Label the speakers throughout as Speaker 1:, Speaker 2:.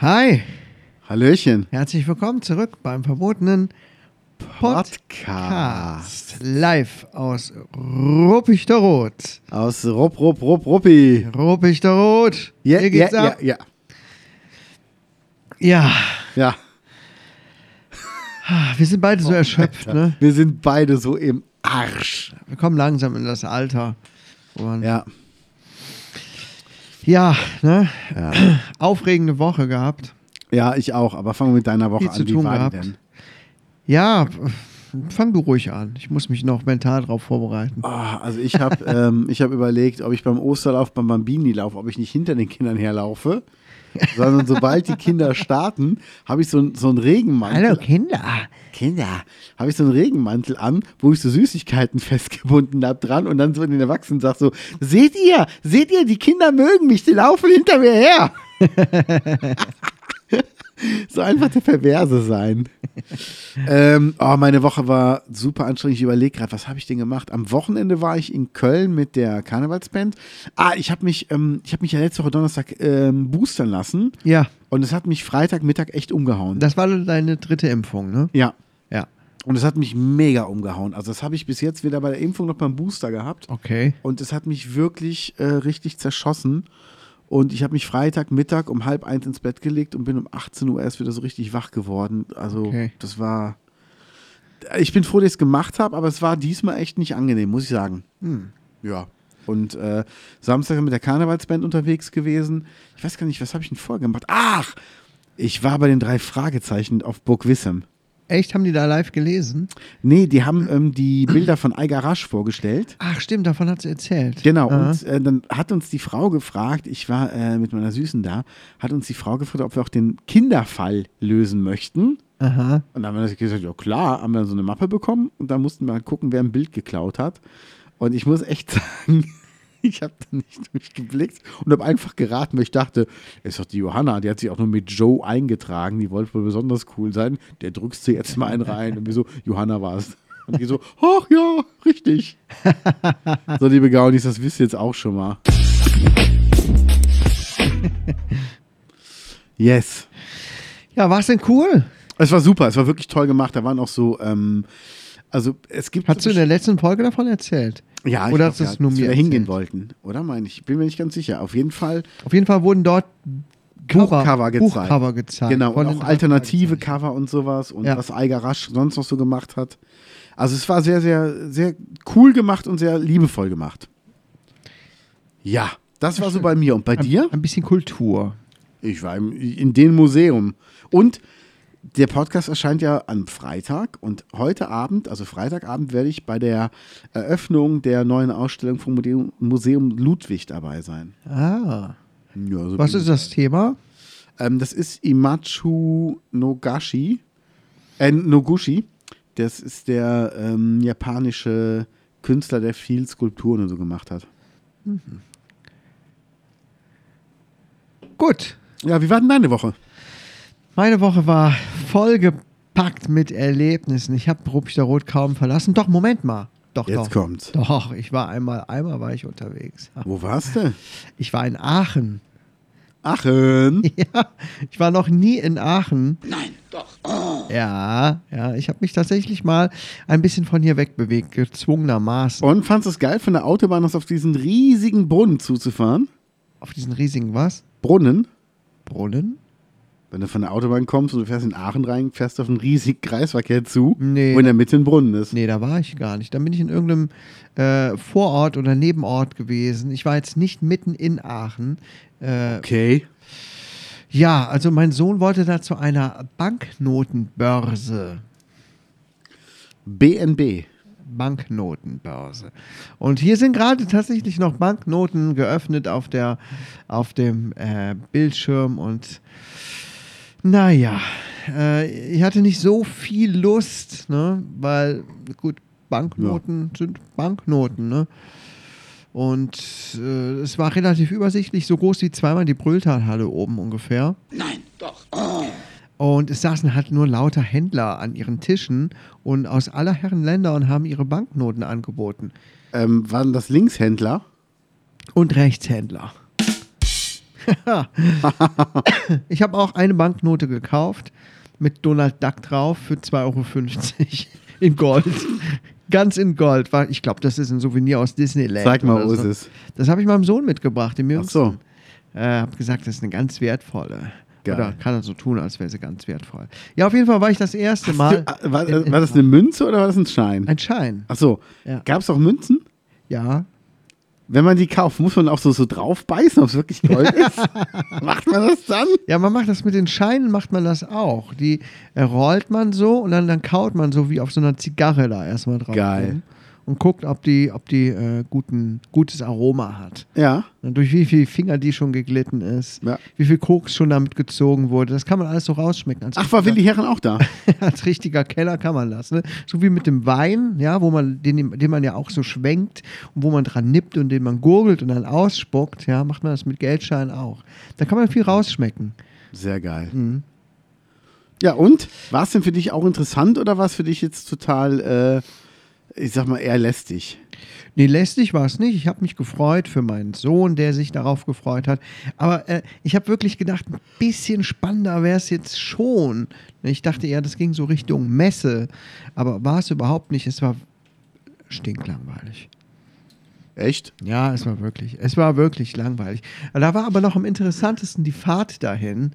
Speaker 1: Hi,
Speaker 2: Hallöchen.
Speaker 1: herzlich willkommen zurück beim verbotenen Podcast.
Speaker 2: Podcast.
Speaker 1: Live aus Ruppichter Rot.
Speaker 2: Aus Rupp, Rupp, Rupp, Ruppi.
Speaker 1: Ruppichter Rot.
Speaker 2: Ja,
Speaker 1: Hier
Speaker 2: ja,
Speaker 1: geht's
Speaker 2: ja,
Speaker 1: ab.
Speaker 2: ja,
Speaker 1: Ja.
Speaker 2: ja.
Speaker 1: wir sind beide so erschöpft, ne?
Speaker 2: Wir sind beide so im Arsch.
Speaker 1: Wir kommen langsam in das Alter. wo man-
Speaker 2: Ja.
Speaker 1: ja, ne? Aufregende Woche gehabt.
Speaker 2: Ja, ich auch. Aber fangen wir mit deiner Woche
Speaker 1: Viel
Speaker 2: an.
Speaker 1: zu tun
Speaker 2: Wie war die
Speaker 1: gehabt.
Speaker 2: denn?
Speaker 1: Ja, fang du ruhig an. Ich muss mich noch mental darauf vorbereiten.
Speaker 2: Oh, also ich habe ähm, ich hab überlegt, ob ich beim Osterlauf, beim Bambini laufe, ob ich nicht hinter den Kindern herlaufe. Sondern sobald die Kinder starten, habe ich so, ein- so einen Regenmantel.
Speaker 1: Kinder.
Speaker 2: Kinder, habe ich so einen Regenmantel an, wo ich so Süßigkeiten festgebunden habe dran und dann so den Erwachsenen sag so, seht ihr, seht ihr, die Kinder mögen mich, die laufen hinter mir her. so einfach der Perverse sein. ähm, oh, meine Woche war super anstrengend. Ich überlege gerade, was habe ich denn gemacht? Am Wochenende war ich in Köln mit der Karnevalsband. Ah, ich habe mich, ähm, ich habe mich ja letzte Woche Donnerstag ähm, boostern lassen
Speaker 1: Ja,
Speaker 2: und es hat mich Freitagmittag echt umgehauen.
Speaker 1: das war deine dritte Impfung, ne?
Speaker 2: ja.
Speaker 1: Ja.
Speaker 2: Und es hat mich mega umgehauen. Also das habe ich bis jetzt weder bei der Impfung noch beim Booster gehabt.
Speaker 1: Okay.
Speaker 2: Und es hat mich wirklich äh, richtig zerschossen. Und ich habe mich Freitag Mittag um halb eins ins Bett gelegt und bin um 18 Uhr erst wieder so richtig wach geworden. Also
Speaker 1: Okay.
Speaker 2: das war... Ich bin froh, dass ich es gemacht habe, aber es war diesmal echt nicht angenehm, muss ich sagen. Ja. Und äh, Samstag mit der Karnevalsband unterwegs gewesen. Ich weiß gar nicht, was habe ich denn vorher gemacht? Ach, ich war bei den drei Fragezeichen auf Burg Wissem.
Speaker 1: Echt, haben die da live gelesen?
Speaker 2: Nee, die haben ähm, die Bilder von Eiger Rasch vorgestellt.
Speaker 1: Ach, stimmt, davon hat sie erzählt.
Speaker 2: Genau,
Speaker 1: Aha.
Speaker 2: und äh, dann hat uns die Frau gefragt, ich war äh, mit meiner Süßen da, hat uns die Frau gefragt, ob wir auch den Kinderfall lösen möchten.
Speaker 1: Aha.
Speaker 2: Und dann haben wir gesagt, ja klar, haben wir so eine Mappe bekommen und da mussten wir halt gucken, wer ein Bild geklaut hat. Und ich muss echt sagen, ich habe da nicht durchgeblickt und habe einfach geraten, weil ich dachte, ist doch die Johanna, die hat sich auch nur mit Joe eingetragen, die wollte wohl besonders cool sein, der drückst du jetzt mal einen rein. Und wir so, Johanna war es. Und die so, ach ja, richtig. so, liebe Gaunis, das wisst ihr jetzt auch schon mal. Yes.
Speaker 1: Ja, war's denn cool?
Speaker 2: Es war super, es war wirklich toll gemacht. Da waren auch so, ähm, also es gibt.
Speaker 1: Hast du in der letzten Folge davon erzählt?
Speaker 2: ja, ich
Speaker 1: Oder
Speaker 2: glaub,
Speaker 1: hast du es
Speaker 2: ja,
Speaker 1: nur
Speaker 2: dass
Speaker 1: mir
Speaker 2: wir da hingehen
Speaker 1: erzählt?
Speaker 2: wollten, oder meine ich? Bin mir nicht ganz sicher. Auf jeden Fall
Speaker 1: Auf jeden Fall wurden dort Cover,
Speaker 2: Buchcover gezeigt.
Speaker 1: Buchcover gezeigt.
Speaker 2: Genau,
Speaker 1: von
Speaker 2: und
Speaker 1: den
Speaker 2: auch
Speaker 1: drei
Speaker 2: alternative Cover und sowas und
Speaker 1: Ja.
Speaker 2: was Eiger Rasch sonst noch so gemacht hat. Also es war sehr, sehr, sehr cool gemacht und sehr liebevoll gemacht. Ja, das war so bei mir. Und bei
Speaker 1: Fragezeichen.
Speaker 2: dir?
Speaker 1: Ein, ein bisschen Kultur.
Speaker 2: Ich war im, in dem Museum. Und der Podcast erscheint ja am Freitag. Und heute Abend, also Freitagabend, werde ich bei der Eröffnung der neuen Ausstellung vom Museum, Museum Ludwig dabei sein.
Speaker 1: Ah.
Speaker 2: Ja, so
Speaker 1: Was
Speaker 2: bin
Speaker 1: ist das Thema?
Speaker 2: ähm, das ist Imachu Nogashi. Äh, Noguchi. Das ist der ähm, japanische Künstler, der viel Skulpturen und so gemacht hat.
Speaker 1: Gut.
Speaker 2: Ja, wie war denn deine Woche?
Speaker 1: Meine Woche war vollgepackt mit Erlebnissen. Ich habe Ruppichter Rot kaum verlassen. Doch, Moment mal. Doch,
Speaker 2: Jetzt
Speaker 1: doch.
Speaker 2: kommt's.
Speaker 1: Doch, ich war einmal, einmal war ich unterwegs.
Speaker 2: Wo warst du?
Speaker 1: Ich war in Aachen.
Speaker 2: Aachen.
Speaker 1: Ja, ich war noch nie in Aachen. Nein, doch. Ja, ja, ich habe mich tatsächlich mal ein bisschen von hier wegbewegt, gezwungenermaßen.
Speaker 2: Und fandst du es geil, von der Autobahn aus auf diesen riesigen Brunnen zuzufahren?
Speaker 1: Auf diesen riesigen was?
Speaker 2: Brunnen?
Speaker 1: Brunnen?
Speaker 2: Wenn du von der Autobahn kommst und du fährst in Aachen rein, fährst du auf einen riesigen Kreisverkehr zu,
Speaker 1: Nee.
Speaker 2: wo in der Mitte ein Brunnen ist.
Speaker 1: Nee, da war ich gar nicht. Da bin ich in irgendeinem äh, Vorort oder Nebenort gewesen. Ich war jetzt nicht mitten in Aachen. Äh,
Speaker 2: Okay.
Speaker 1: ja, also mein Sohn wollte da zu einer Banknotenbörse.
Speaker 2: BNB.
Speaker 1: Banknotenbörse. Und hier sind gerade tatsächlich noch Banknoten geöffnet auf, der, auf dem äh, Bildschirm und naja, äh, ich hatte nicht so viel Lust, ne? weil gut, Banknoten sind Banknoten. Ne? Und äh, es war relativ übersichtlich, so groß wie zweimal die Brülltalhalle oben ungefähr. Und es saßen halt nur lauter Händler an ihren Tischen und aus aller Herren Länder und haben ihre Banknoten angeboten.
Speaker 2: Ähm, waren das Linkshändler?
Speaker 1: Und Rechtshändler. ich habe auch eine Banknote gekauft mit Donald Duck drauf für 2,50 Euro in Gold. Ganz in Gold. War- Ich glaube, das ist ein Souvenir aus Disneyland.
Speaker 2: Zeig mal,
Speaker 1: oder
Speaker 2: wo es
Speaker 1: so.
Speaker 2: ist.
Speaker 1: Das habe ich meinem Sohn mitgebracht, dem Jüngsten.
Speaker 2: so.
Speaker 1: Äh, hab gesagt, das ist eine ganz wertvolle.
Speaker 2: Geil.
Speaker 1: Oder kann er so tun, als wäre sie ganz wertvoll. Ja, auf jeden Fall war ich das erste Mal.
Speaker 2: War, äh, war das eine Münze oder war das ein Schein?
Speaker 1: Ein Schein.
Speaker 2: Achso,
Speaker 1: Ja.
Speaker 2: gab es auch Münzen?
Speaker 1: Ja.
Speaker 2: Wenn man die kauft, muss man auch so, so draufbeißen, ob es wirklich Gold ist? Macht man das dann?
Speaker 1: Ja, man macht das mit den Scheinen, macht man das auch. Die äh, rollt man so und dann, dann kaut man so wie auf so einer Zigarre da erstmal drauf.
Speaker 2: Geil.
Speaker 1: rum Und guckt, ob die, ob die äh, guten, gutes Aroma hat.
Speaker 2: Ja.
Speaker 1: Und durch wie viel Finger die schon geglitten ist,
Speaker 2: Ja.
Speaker 1: wie viel Koks schon damit gezogen wurde. Das kann man alles so rausschmecken. Als
Speaker 2: Ach, war Willi Herren auch da?
Speaker 1: als richtiger Keller kann man das. Ne? So wie mit dem Wein, ja, wo man, den, den man ja auch so schwenkt und wo man dran nippt und den man gurgelt und dann ausspuckt, ja, macht man das mit Geldscheinen auch. Da kann man viel rausschmecken.
Speaker 2: Sehr geil. Mhm. Ja, und? War es denn für dich auch interessant oder war es für dich jetzt total, äh, ich sag mal, eher lästig?
Speaker 1: Nee, lästig war es nicht. Ich habe mich gefreut für meinen Sohn, der sich darauf gefreut hat. Aber äh, ich habe wirklich gedacht, ein bisschen spannender wäre es jetzt schon. Ich dachte eher, das ging so Richtung Messe. Aber war es überhaupt nicht. Es war stinklangweilig.
Speaker 2: Echt?
Speaker 1: Ja, es war wirklich, es war wirklich langweilig. Da war aber noch am interessantesten die Fahrt dahin.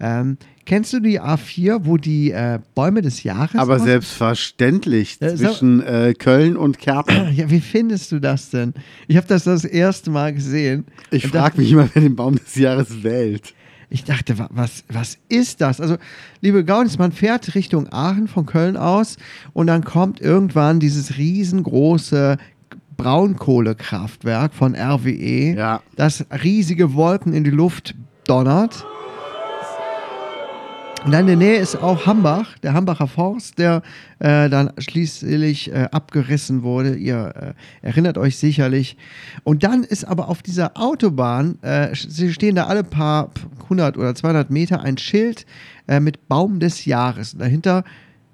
Speaker 1: Ähm, kennst du die A4, wo die äh, Bäume des Jahres?
Speaker 2: Aber
Speaker 1: waren?
Speaker 2: selbstverständlich
Speaker 1: Äh, so-
Speaker 2: zwischen äh, Köln und Kerpen.
Speaker 1: Ja, wie findest du das denn? Ich habe das das erste Mal gesehen.
Speaker 2: Ich
Speaker 1: und dachte-
Speaker 2: frage mich immer, wer den Baum des Jahres wählt.
Speaker 1: Ich dachte, wa- was, was ist das? Also, liebe Gaunis, man fährt Richtung Aachen von Köln aus und dann kommt irgendwann dieses riesengroße Braunkohlekraftwerk von RWE,
Speaker 2: Ja.
Speaker 1: das riesige Wolken in die Luft donnert. Und dann in der Nähe ist auch Hambach, der Hambacher Forst, der äh, dann schließlich äh, abgerissen wurde. Ihr äh, erinnert euch sicherlich. Und dann ist aber auf dieser Autobahn, äh, sie stehen da alle paar p- 100 oder 200 Meter ein Schild äh, mit Baum des Jahres. Und dahinter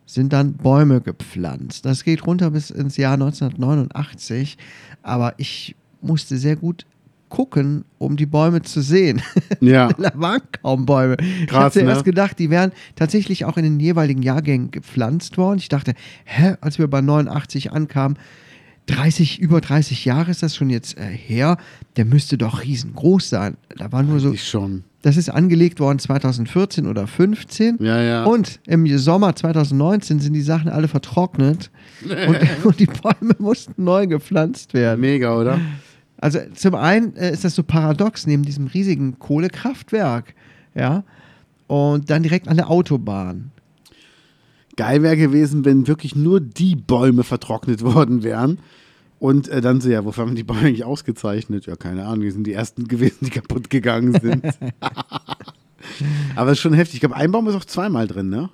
Speaker 1: sind dann Bäume gepflanzt. Das geht runter bis ins Jahr 1989. Aber ich musste sehr gut gucken, um die Bäume zu sehen.
Speaker 2: Ja.
Speaker 1: da waren kaum Bäume. ich
Speaker 2: Krass,
Speaker 1: hatte
Speaker 2: ne?
Speaker 1: erst gedacht, die wären tatsächlich auch in den jeweiligen Jahrgängen gepflanzt worden. Ich dachte, hä, als wir bei 89 ankamen, 30, über 30 Jahre ist das schon jetzt äh, her, der müsste doch riesengroß sein. Da war nur so,
Speaker 2: Ich schon.
Speaker 1: das ist angelegt worden 2014 oder 15.
Speaker 2: Ja, ja.
Speaker 1: Und im Sommer 2019 sind die Sachen alle vertrocknet und, und die Bäume mussten neu gepflanzt werden.
Speaker 2: Mega, oder?
Speaker 1: Also zum einen äh, ist das so paradox neben diesem riesigen Kohlekraftwerk, ja, und dann direkt an der Autobahn.
Speaker 2: Geil wäre gewesen, wenn wirklich nur die Bäume vertrocknet worden wären. Und äh, dann so, ja, wofür haben die Bäume eigentlich ausgezeichnet? Ja, keine Ahnung, wir sind die ersten gewesen, die kaputt gegangen sind. Aber es ist schon heftig. Ich glaube, ein Baum ist auch zweimal drin, ne?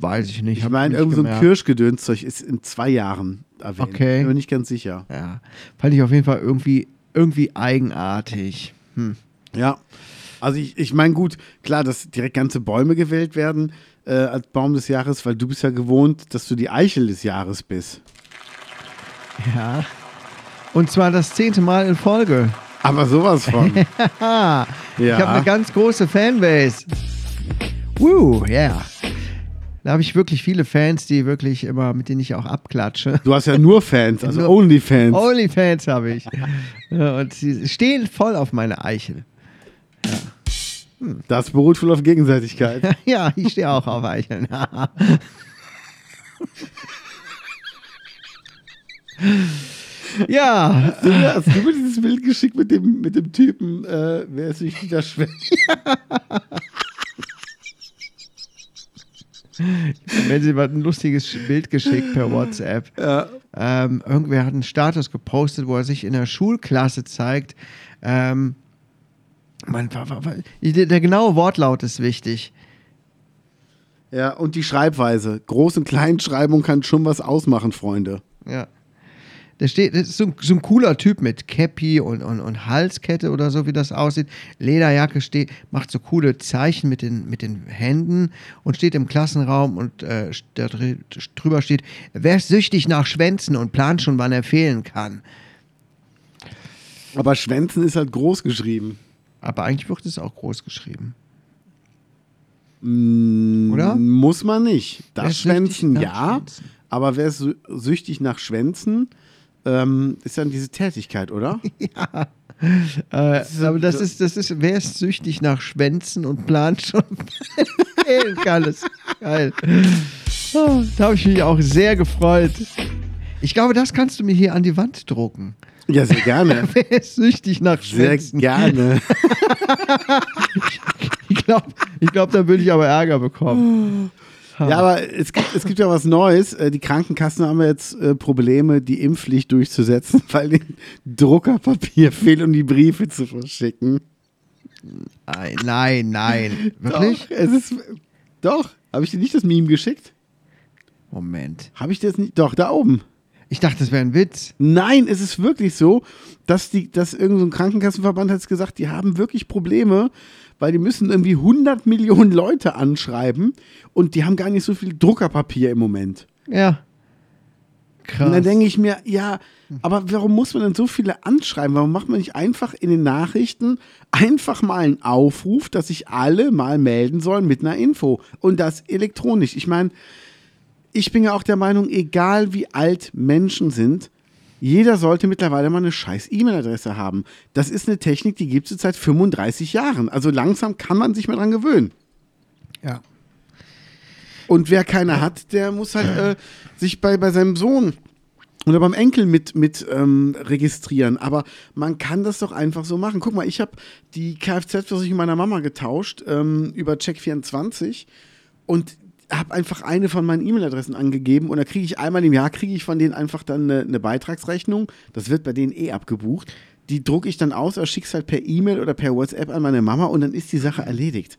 Speaker 1: Weiß ich nicht.
Speaker 2: Ich
Speaker 1: hab
Speaker 2: meine,
Speaker 1: nicht
Speaker 2: irgend so ein
Speaker 1: gemerkt.
Speaker 2: Kirschgedönszeug ist in zwei Jahren erwähnt.
Speaker 1: Okay.
Speaker 2: Bin mir nicht ganz sicher.
Speaker 1: Ja, fand ich auf jeden Fall irgendwie, irgendwie eigenartig. Hm.
Speaker 2: Ja. Also ich, ich meine, gut, klar, dass direkt ganze Bäume gewählt werden äh, als Baum des Jahres, weil du bist ja gewohnt, dass du die Eichel des Jahres bist.
Speaker 1: Ja. Und zwar das zehnte Mal in Folge.
Speaker 2: Aber sowas von.
Speaker 1: Ha!
Speaker 2: Ja.
Speaker 1: Ich habe eine ganz große Fanbase. Woo, yeah. Da habe ich wirklich viele Fans, die wirklich immer, mit denen ich auch abklatsche.
Speaker 2: Du hast ja nur Fans, also
Speaker 1: Nur-
Speaker 2: Only Fans.
Speaker 1: Only Fans habe ich. Ja, Und sie stehen voll auf meine Eichel.
Speaker 2: Das beruht wohl auf Gegenseitigkeit.
Speaker 1: Ja, ich stehe auch auf Eicheln. ja,
Speaker 2: Silvia, hast du mir dieses Bild geschickt mit dem, mit dem Typen, äh, wer ist wichtiger Schwäche?
Speaker 1: wenn sie mal ein lustiges Bild geschickt per WhatsApp. Ähm, irgendwer hat einen Status gepostet, wo er sich in der Schulklasse zeigt. Ähm, man, wa- wa- wa- der, der genaue Wortlaut ist wichtig.
Speaker 2: Ja, und die Schreibweise. Groß- und Kleinschreibung kann schon was ausmachen, Freunde.
Speaker 1: Ja. Der steht, das ist so ein, so ein cooler Typ mit Cappy und, und, und Halskette oder so, wie das aussieht. Lederjacke steht, macht so coole Zeichen mit den, mit den Händen und steht im Klassenraum und äh, da dr- drüber steht, wer ist süchtig nach Schwänzen und plant schon, wann er fehlen kann.
Speaker 2: Aber Schwänzen ist halt groß geschrieben.
Speaker 1: Aber eigentlich wird es auch groß geschrieben.
Speaker 2: Mm,
Speaker 1: Oder?
Speaker 2: Muss man nicht.
Speaker 1: Wer
Speaker 2: Das
Speaker 1: ist süchtig
Speaker 2: Schwänzen
Speaker 1: nach
Speaker 2: ja,
Speaker 1: Schwänzen?
Speaker 2: aber wer ist sü- süchtig nach Schwänzen, ähm, ist dann diese Tätigkeit, oder?
Speaker 1: Äh, aber das ist, das ist, wer ist süchtig nach Schwänzen und plant schon fehlen kann. Das ist geil. Oh, da habe ich mich auch sehr gefreut. Ich glaube, das kannst du mir hier an die Wand drucken.
Speaker 2: ja, sehr gerne.
Speaker 1: Wer ist süchtig nach
Speaker 2: Sehr
Speaker 1: Schwänzen?
Speaker 2: gerne.
Speaker 1: Ich glaube, ich glaub, da würde ich aber Ärger bekommen.
Speaker 2: Ja, aber es gibt, es gibt ja was Neues. Äh, Die Krankenkassen haben ja jetzt äh, Probleme, die Impfpflicht durchzusetzen, weil den Druckerpapier fehlt, um die Briefe zu verschicken.
Speaker 1: Nein, nein, nein. Wirklich?
Speaker 2: Doch, es ist, doch. Habe ich dir nicht das Meme geschickt?
Speaker 1: Moment.
Speaker 2: Habe ich dir das nicht? Doch, da oben.
Speaker 1: Ich dachte, das wäre ein Witz.
Speaker 2: Nein, es ist wirklich so, dass, die, dass irgendein so ein Krankenkassenverband hat es gesagt, die haben wirklich Probleme, weil die müssen irgendwie 100 Millionen Leute anschreiben und die haben gar nicht so viel Druckerpapier im Moment.
Speaker 1: Ja. Krass.
Speaker 2: Und dann denke ich mir, ja, aber warum muss man denn so viele anschreiben? Warum macht man nicht einfach in den Nachrichten einfach mal einen Aufruf, dass sich alle mal melden sollen mit einer Info? Und das elektronisch. Ich meine, ich bin ja auch der Meinung, egal wie alt Menschen sind, jeder sollte mittlerweile mal eine scheiß E-Mail-Adresse haben. Das ist eine Technik, die gibt es seit 35 Jahren. Also langsam kann man sich mal dran gewöhnen.
Speaker 1: ja.
Speaker 2: Und wer keine hat, der muss halt äh, sich bei, bei seinem Sohn oder beim Enkel mit, mit ähm, registrieren. Aber man kann das doch einfach so machen. Guck mal, ich habe die Kfz-Versicherung meiner Mama getauscht ähm, über Check24 und habe einfach eine von meinen E-Mail-Adressen angegeben und da kriege ich einmal im Jahr, kriege ich von denen einfach dann eine, eine Beitragsrechnung. Das wird bei denen eh abgebucht. Die drucke ich dann aus oder schicke es halt per E-Mail oder per WhatsApp an meine Mama und dann ist die Sache erledigt.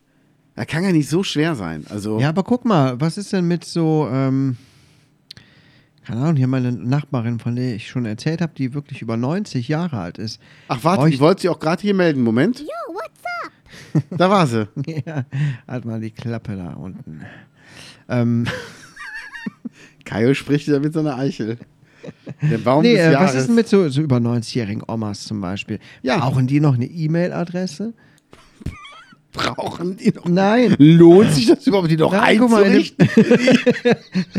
Speaker 2: Da kann ja nicht so schwer sein. Also
Speaker 1: Ja, aber guck mal, was ist denn mit so, ähm, keine Ahnung, hier meine Nachbarin, von der ich schon erzählt habe, die wirklich über 90 Jahre alt ist.
Speaker 2: Ach, warte,
Speaker 1: Brauch
Speaker 2: ich wollte sie auch gerade hier melden. Moment. Yo, what's up? Da war sie.
Speaker 1: ja, halt mal die Klappe da unten.
Speaker 2: Kaio spricht wieder mit so einer Eichel. Der Baum
Speaker 1: nee,
Speaker 2: des
Speaker 1: äh,
Speaker 2: Jahres.
Speaker 1: was ist denn mit so, so über 90-jährigen Omas zum Beispiel?
Speaker 2: Ja.
Speaker 1: Brauchen die noch eine E-Mail-Adresse?
Speaker 2: Brauchen die noch?
Speaker 1: Nein.
Speaker 2: Lohnt sich das überhaupt, die noch
Speaker 1: Nein, guck mal, in dem-
Speaker 2: einzurichten?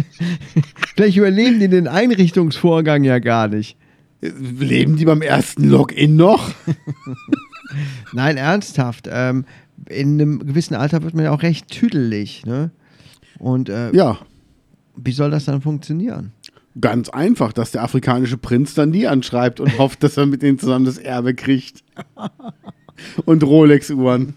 Speaker 1: Vielleicht überleben die den Einrichtungsvorgang ja gar nicht.
Speaker 2: Leben die beim ersten Login noch?
Speaker 1: Nein, ernsthaft. Ähm, in einem gewissen Alter wird man ja auch recht tüdelig. Ne? Und äh,
Speaker 2: Ja,
Speaker 1: wie soll das dann funktionieren?
Speaker 2: ganz einfach, dass der afrikanische Prinz dann die anschreibt und hofft, dass er mit denen zusammen das Erbe kriegt. Und Rolex-Uhren.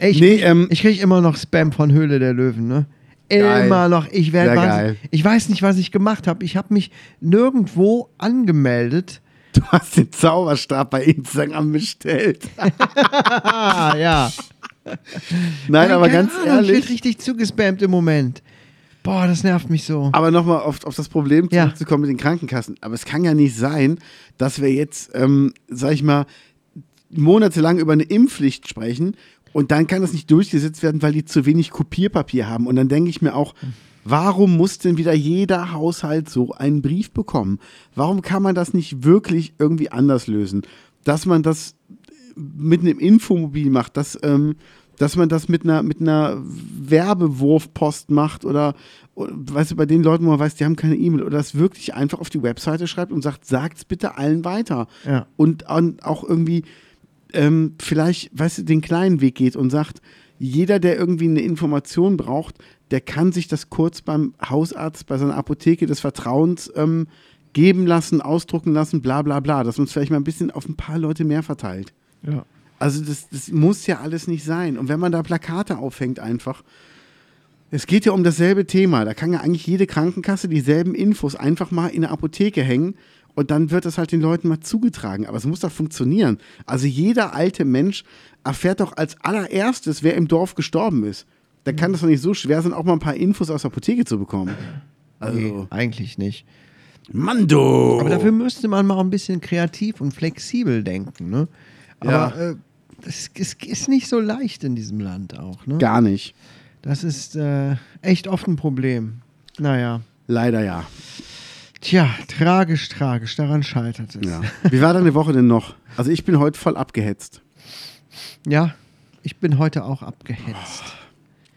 Speaker 1: Ey, ich,
Speaker 2: Nee,
Speaker 1: krieg,
Speaker 2: ähm,
Speaker 1: ich krieg immer noch Spam von Höhle der Löwen, ne?
Speaker 2: Geil.
Speaker 1: Immer noch. Ich
Speaker 2: Sehr
Speaker 1: werde
Speaker 2: geil.
Speaker 1: wahnsinnig. Ich weiß nicht, was ich gemacht habe. Ich habe mich nirgendwo angemeldet.
Speaker 2: Du hast den Zauberstab bei Instagram bestellt.
Speaker 1: Ah, ja.
Speaker 2: Nein, aber
Speaker 1: keine
Speaker 2: ganz
Speaker 1: Ahnung, Ich
Speaker 2: ehrlich.
Speaker 1: werd richtig zugespammt im Moment. Boah, das nervt mich so.
Speaker 2: Aber nochmal auf, auf das Problem
Speaker 1: Ja.
Speaker 2: zurückzukommen mit den Krankenkassen. Aber es kann ja nicht sein, dass wir jetzt, ähm, sag ich mal, monatelang über eine Impfpflicht sprechen und dann kann das nicht durchgesetzt werden, weil die zu wenig Kopierpapier haben. Und dann denke ich mir auch, warum muss denn wieder jeder Haushalt so einen Brief bekommen? Warum kann man das nicht wirklich irgendwie anders lösen? Dass man das mit einem Infomobil macht, dass, ähm, dass man das mit einer, mit einer Werbewurfpost macht oder, oder, weißt du, bei den Leuten, wo man weiß, die haben keine E-Mail oder das wirklich einfach auf die Webseite schreibt und sagt, sagt's bitte allen weiter.
Speaker 1: Ja.
Speaker 2: Und, und auch irgendwie ähm, vielleicht, weißt du, den kleinen Weg geht und sagt, jeder, der irgendwie eine Information braucht, der kann sich das kurz beim Hausarzt, bei seiner Apotheke des Vertrauens ähm, geben lassen, ausdrucken lassen, bla bla bla, dass man es vielleicht mal ein bisschen auf ein paar Leute mehr verteilt.
Speaker 1: ja.
Speaker 2: Also das, das muss ja alles nicht sein. Und wenn man da Plakate aufhängt einfach, Es geht ja um dasselbe Thema. Da kann ja eigentlich jede Krankenkasse dieselben Infos einfach mal in der Apotheke hängen und dann wird das halt den Leuten mal zugetragen. Aber es muss doch funktionieren. Also jeder alte Mensch erfährt doch als allererstes, wer im Dorf gestorben ist. Da kann das doch nicht so schwer sein, auch mal ein paar Infos aus der Apotheke zu bekommen.
Speaker 1: Nee,
Speaker 2: Also, Oh.
Speaker 1: eigentlich nicht.
Speaker 2: Mando!
Speaker 1: Aber dafür müsste man mal ein bisschen kreativ und flexibel denken. Ne?
Speaker 2: Ja.
Speaker 1: Aber äh, es, es ist nicht so leicht in diesem Land auch. Ne?
Speaker 2: gar nicht.
Speaker 1: Das ist äh, echt oft ein Problem. Naja.
Speaker 2: Leider ja.
Speaker 1: Tja, tragisch, tragisch. Daran scheitert es.
Speaker 2: ja. Wie war deine Woche denn noch? Also, ich bin heute voll abgehetzt.
Speaker 1: Ja, ich bin heute auch abgehetzt.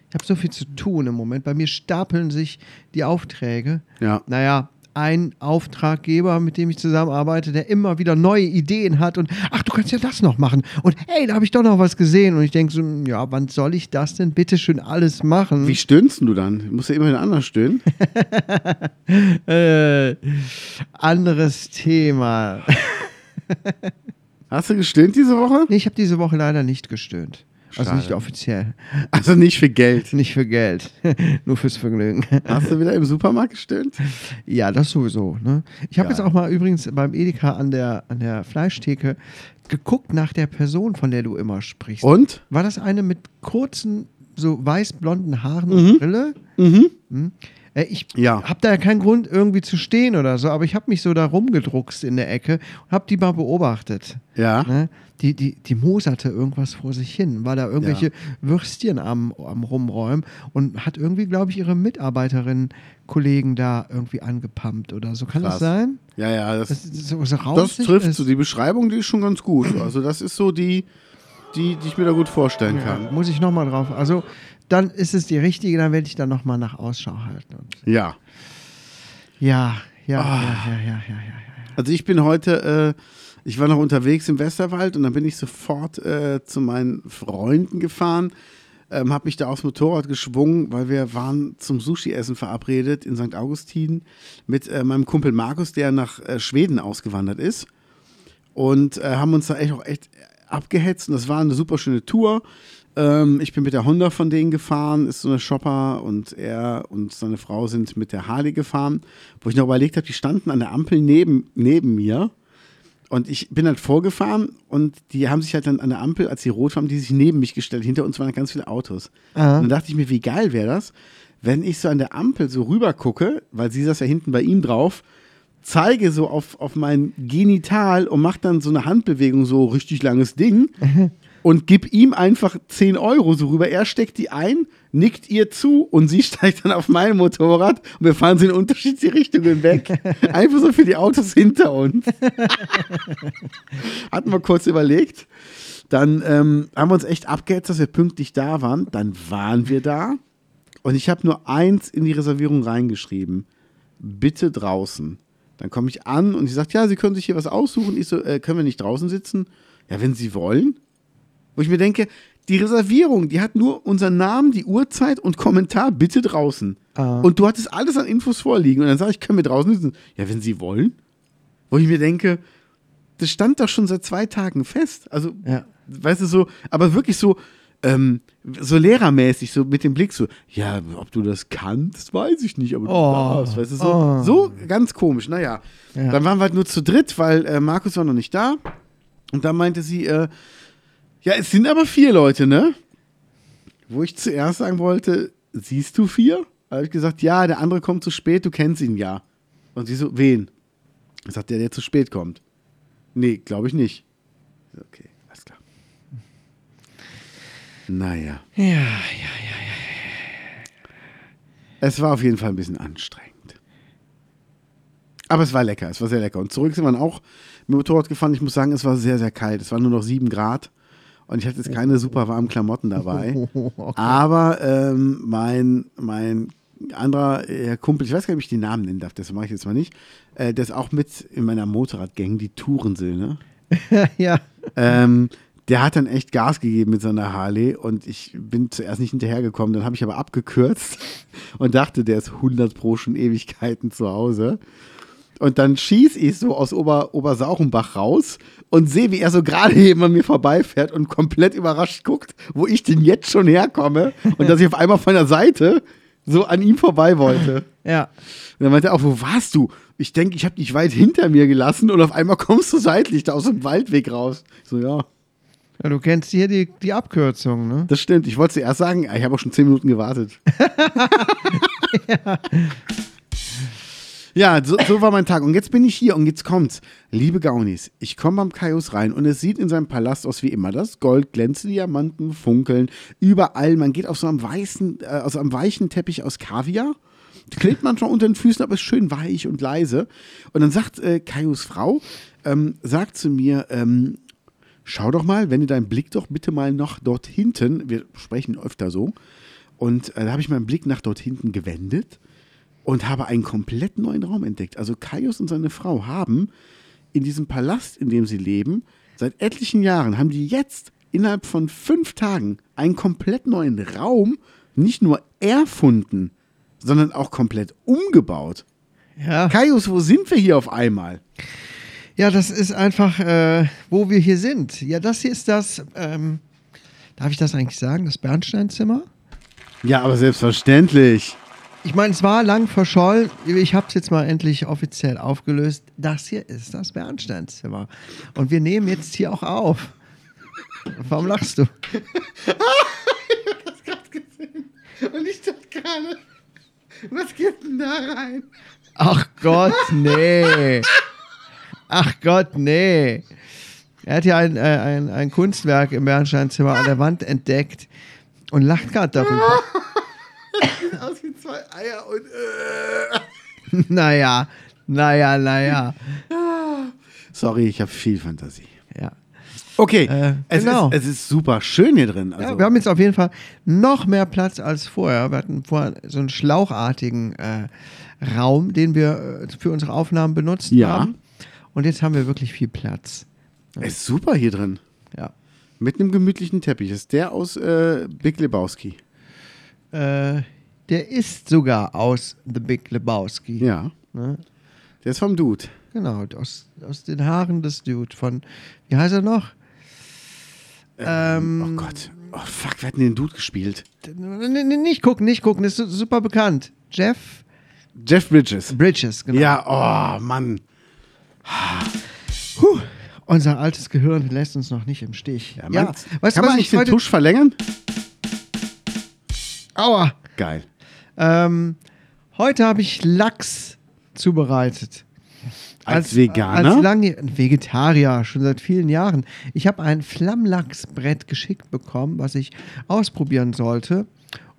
Speaker 1: Ich habe so viel zu tun im Moment. Bei mir stapeln sich die Aufträge.
Speaker 2: Ja.
Speaker 1: Naja, ein Auftraggeber, mit dem ich zusammenarbeite, der immer wieder neue Ideen hat und ach, du kannst ja das noch machen. Und hey, da habe ich doch noch was gesehen. Und ich denke so, hm, ja, wann soll ich das denn bitte schön alles machen?
Speaker 2: Wie stöhnst denn du dann? Musst du immerhin anders stöhnen?
Speaker 1: Äh, anderes Thema.
Speaker 2: Hast du gestöhnt diese Woche?
Speaker 1: Nee, ich habe diese Woche leider nicht gestöhnt. Also
Speaker 2: Schade.
Speaker 1: nicht offiziell.
Speaker 2: Also nicht für Geld.
Speaker 1: Nicht für Geld. Nur fürs Vergnügen.
Speaker 2: Hast du wieder im Supermarkt gestöhnt?
Speaker 1: Ja, das sowieso. Ne? Ich habe
Speaker 2: Geil.
Speaker 1: jetzt auch mal übrigens beim Edeka an der, an der Fleischtheke geguckt nach der Person, von der du immer sprichst.
Speaker 2: Und?
Speaker 1: War das eine mit kurzen, so weiß-blonden Haaren
Speaker 2: Mhm.
Speaker 1: und Brille?
Speaker 2: Mhm.
Speaker 1: Äh, ich
Speaker 2: Ja.
Speaker 1: habe da ja keinen Grund, irgendwie zu stehen oder so, aber ich habe mich so da rumgedruckst in der Ecke und habe die mal beobachtet.
Speaker 2: Ja.
Speaker 1: Ne? Die, die, die moserte irgendwas vor sich hin, war da irgendwelche Würstchen am, am Rumräumen und hat irgendwie, glaube ich, ihre Mitarbeiterinnen, Kollegen da irgendwie angepampt oder so. Kann
Speaker 2: Krass.
Speaker 1: das sein?
Speaker 2: Ja, ja, das,
Speaker 1: Das, ist so, so
Speaker 2: das
Speaker 1: rausig
Speaker 2: trifft
Speaker 1: ist.
Speaker 2: so. Die Beschreibung, die ist schon ganz gut. Also, das ist so die, die, die ich mir da gut vorstellen
Speaker 1: ja,
Speaker 2: kann.
Speaker 1: muss ich nochmal drauf. Also, dann ist es die richtige, dann werde ich dann nochmal nach Ausschau halten. Und
Speaker 2: Ja.
Speaker 1: ja, ja,
Speaker 2: Ah.
Speaker 1: ja, ja, ja, ja, ja, ja.
Speaker 2: Also, ich bin heute, äh, ich war noch unterwegs im Westerwald und dann bin ich sofort äh, zu meinen Freunden gefahren. Ähm, habe mich da aufs Motorrad geschwungen, weil wir waren zum Sushi-Essen verabredet in St. Augustin mit äh, meinem Kumpel Markus, der nach äh, Schweden ausgewandert ist. und äh, haben uns da echt auch echt abgehetzt und das war eine super schöne Tour. Ähm, ich bin mit der Honda von denen gefahren, ist so eine Shopper und er und seine Frau sind mit der Harley gefahren, wo ich noch überlegt habe, die standen an der Ampel neben, neben mir und ich bin halt vorgefahren und die haben sich halt dann an der Ampel, als sie rot waren, die sich neben mich gestellt. Hinter uns waren halt ganz viele Autos.
Speaker 1: Ah.
Speaker 2: Und dann dachte ich mir, wie geil wäre das, wenn ich so an der Ampel so rüber gucke, weil sie saß ja hinten bei ihm drauf, zeige so auf, auf mein Genital und mache dann so eine Handbewegung, so richtig langes Ding und gib ihm einfach 10 Euro so rüber. Er steckt die ein, nickt ihr zu und sie steigt dann auf mein Motorrad und wir fahren sie in unterschiedliche Richtungen weg. Einfach so für die Autos hinter uns. Hatten wir kurz überlegt. Dann ähm, haben wir uns echt abgehetzt, dass wir pünktlich da waren. Dann waren wir da. Und ich habe nur eins in die Reservierung reingeschrieben. Bitte draußen. Dann komme ich an und sie sagt, ja, Sie können sich hier was aussuchen. Ich so, äh, können wir nicht draußen sitzen? Ja, wenn Sie wollen. Wo ich mir denke, die Reservierung, die hat nur unseren Namen, die Uhrzeit und Kommentar, bitte draußen.
Speaker 1: Ah.
Speaker 2: Und du hattest alles an Infos vorliegen. Und dann sage ich, können wir draußen sitzen? Ja, wenn Sie wollen. Wo ich mir denke, das stand doch schon seit zwei Tagen fest. Also,
Speaker 1: Ja.
Speaker 2: weißt du, so, aber wirklich so, ähm, so lehrermäßig, so mit dem Blick so, ja, ob du das kannst, weiß ich nicht, aber du
Speaker 1: Oh.
Speaker 2: darfst, weißt du, so,
Speaker 1: Oh.
Speaker 2: so ganz komisch. Naja,
Speaker 1: Ja.
Speaker 2: dann waren wir halt nur zu dritt, weil äh, Markus war noch nicht da. Und da meinte sie, äh, ja, es sind aber vier Leute, ne? Wo ich zuerst sagen wollte, siehst du vier? Da habe ich gesagt, ja, der andere kommt zu spät, du kennst ihn ja. Und sie so, wen? Ich sagt der, der zu spät kommt. Nee, glaube ich nicht. Ich so, Okay, alles klar. Naja,
Speaker 1: Ja, ja.
Speaker 2: es war auf jeden Fall ein bisschen anstrengend. Aber es war lecker, es war sehr lecker. Und zurück sind wir auch mit dem Motorrad gefahren. Ich muss sagen, es war sehr, sehr kalt. Es waren nur noch sieben Grad. Und ich hatte jetzt keine super warmen Klamotten dabei.
Speaker 1: Okay.
Speaker 2: Aber ähm, mein, mein anderer äh, Kumpel, ich weiß gar nicht, ob ich die Namen nennen darf, das mache ich jetzt mal nicht, äh, der ist auch mit in meiner Motorradgang, die Tourensil, ne?
Speaker 1: ja.
Speaker 2: ähm, der hat dann echt Gas gegeben mit seiner Harley und ich bin zuerst nicht hinterhergekommen, dann habe ich aber abgekürzt und dachte, der ist 100 pro schon Ewigkeiten zu Hause. Und dann schieß ich so aus Ober Obersauchenbach raus und sehe, wie er so gerade eben an mir vorbeifährt und komplett überrascht guckt, wo ich denn jetzt schon herkomme und dass ich auf einmal von der Seite so an ihm vorbei wollte.
Speaker 1: Ja.
Speaker 2: Und dann meinte er auch, wo warst du? Ich denke, ich habe dich weit hinter mir gelassen und auf einmal kommst du seitlich da aus dem Waldweg raus. Ich So, ja,
Speaker 1: ja. Du kennst hier die, die Abkürzung, ne?
Speaker 2: das stimmt. Ich wollte zuerst sagen, ich habe auch schon zehn Minuten gewartet. ja, so, so war mein Tag. Und jetzt bin ich hier und jetzt kommt's. Liebe Gaunis, ich komme beim Kaius rein und es sieht in seinem Palast aus wie immer. Das Gold glänzt, die Diamanten funkeln überall. Man geht auf so einem weißen, äh, aus einem weichen Teppich aus Kaviar. Klebt manchmal unter den Füßen, aber ist schön weich und leise. Und dann sagt äh, Kaius Frau, ähm, sagt zu mir, ähm, schau doch mal, wenn du deinen Blick doch bitte mal noch dort hinten, wir sprechen öfter so, und äh, da habe ich meinen Blick nach dort hinten gewendet und habe einen komplett neuen Raum entdeckt. Also Kaius und seine Frau haben in diesem Palast, in dem sie leben, seit etlichen Jahren, haben die jetzt innerhalb von fünf Tagen einen komplett neuen Raum nicht nur erfunden, sondern auch komplett umgebaut.
Speaker 1: Ja.
Speaker 2: Kaius, wo sind wir hier auf einmal?
Speaker 1: Ja, das ist einfach, äh, wo wir hier sind. Ja, das hier ist das, ähm, darf ich das eigentlich sagen, das Bernsteinzimmer?
Speaker 2: Ja, aber selbstverständlich.
Speaker 1: Ich meine, es war lang verschollen. Ich habe es jetzt mal endlich offiziell aufgelöst. Das hier ist das Bernsteinzimmer. Und wir nehmen jetzt hier auch auf. Warum lachst du?
Speaker 2: Und ich dachte gerade, was geht denn da rein?
Speaker 1: Ach Gott, nee. Ach Gott, nee. Er hat ja ein, äh, ein, ein Kunstwerk im Bernsteinzimmer an der Wand entdeckt und lacht gerade darüber.
Speaker 2: Sieht aus wie zwei Eier und äh.
Speaker 1: naja, naja, naja.
Speaker 2: Sorry, ich habe viel Fantasie.
Speaker 1: Ja.
Speaker 2: Okay,
Speaker 1: Äh,
Speaker 2: es,
Speaker 1: genau.
Speaker 2: ist, es ist super schön hier drin. Also,
Speaker 1: Ja, wir haben jetzt auf jeden Fall noch mehr Platz als vorher. Wir hatten vorher so einen schlauchartigen äh, Raum, den wir äh, für unsere Aufnahmen benutzt
Speaker 2: Ja.
Speaker 1: haben. Und jetzt haben wir wirklich viel Platz.
Speaker 2: es ist super hier drin.
Speaker 1: Ja.
Speaker 2: Mit einem gemütlichen Teppich. Das ist der aus äh, Big Lebowski.
Speaker 1: Äh, der ist sogar aus The Big Lebowski.
Speaker 2: Ja.
Speaker 1: Ne?
Speaker 2: Der ist vom Dude.
Speaker 1: Genau, aus, aus den Haaren des Dude von, wie heißt er noch? Ähm,
Speaker 2: oh Gott. Oh fuck, wir hatten den Dude gespielt.
Speaker 1: N- n- Nicht gucken, nicht gucken, ist su- super bekannt. Jeff
Speaker 2: Jeff Bridges.
Speaker 1: Bridges, genau.
Speaker 2: Ja, oh Mann.
Speaker 1: Puh, unser altes Gehirn lässt uns noch nicht im Stich.
Speaker 2: Ja,
Speaker 1: Ja,
Speaker 2: Mann.
Speaker 1: weißt du,
Speaker 2: Kann
Speaker 1: was
Speaker 2: man
Speaker 1: ich
Speaker 2: nicht den
Speaker 1: heute...
Speaker 2: Tusch verlängern?
Speaker 1: Aua.
Speaker 2: Geil.
Speaker 1: Ähm, heute habe ich Lachs zubereitet.
Speaker 2: Als Veganer?
Speaker 1: Als lange Vegetarier, schon seit vielen Jahren. Ich habe ein Flammlachsbrett geschickt bekommen, was ich ausprobieren sollte.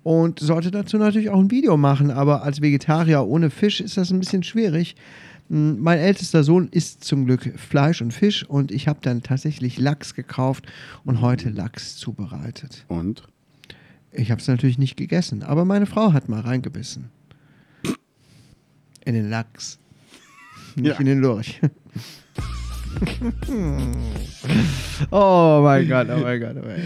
Speaker 1: Und sollte dazu natürlich auch ein Video machen, aber als Vegetarier ohne Fisch ist das ein bisschen schwierig. M, Mein ältester Sohn isst zum Glück Fleisch und Fisch und ich habe dann tatsächlich Lachs gekauft und heute Lachs zubereitet.
Speaker 2: Und?
Speaker 1: Ich habe es natürlich nicht gegessen, aber meine Frau hat mal reingebissen. In den Lachs. Nicht
Speaker 2: Ja.
Speaker 1: in den Lurch. oh mein Gott, oh mein Gott, oh mein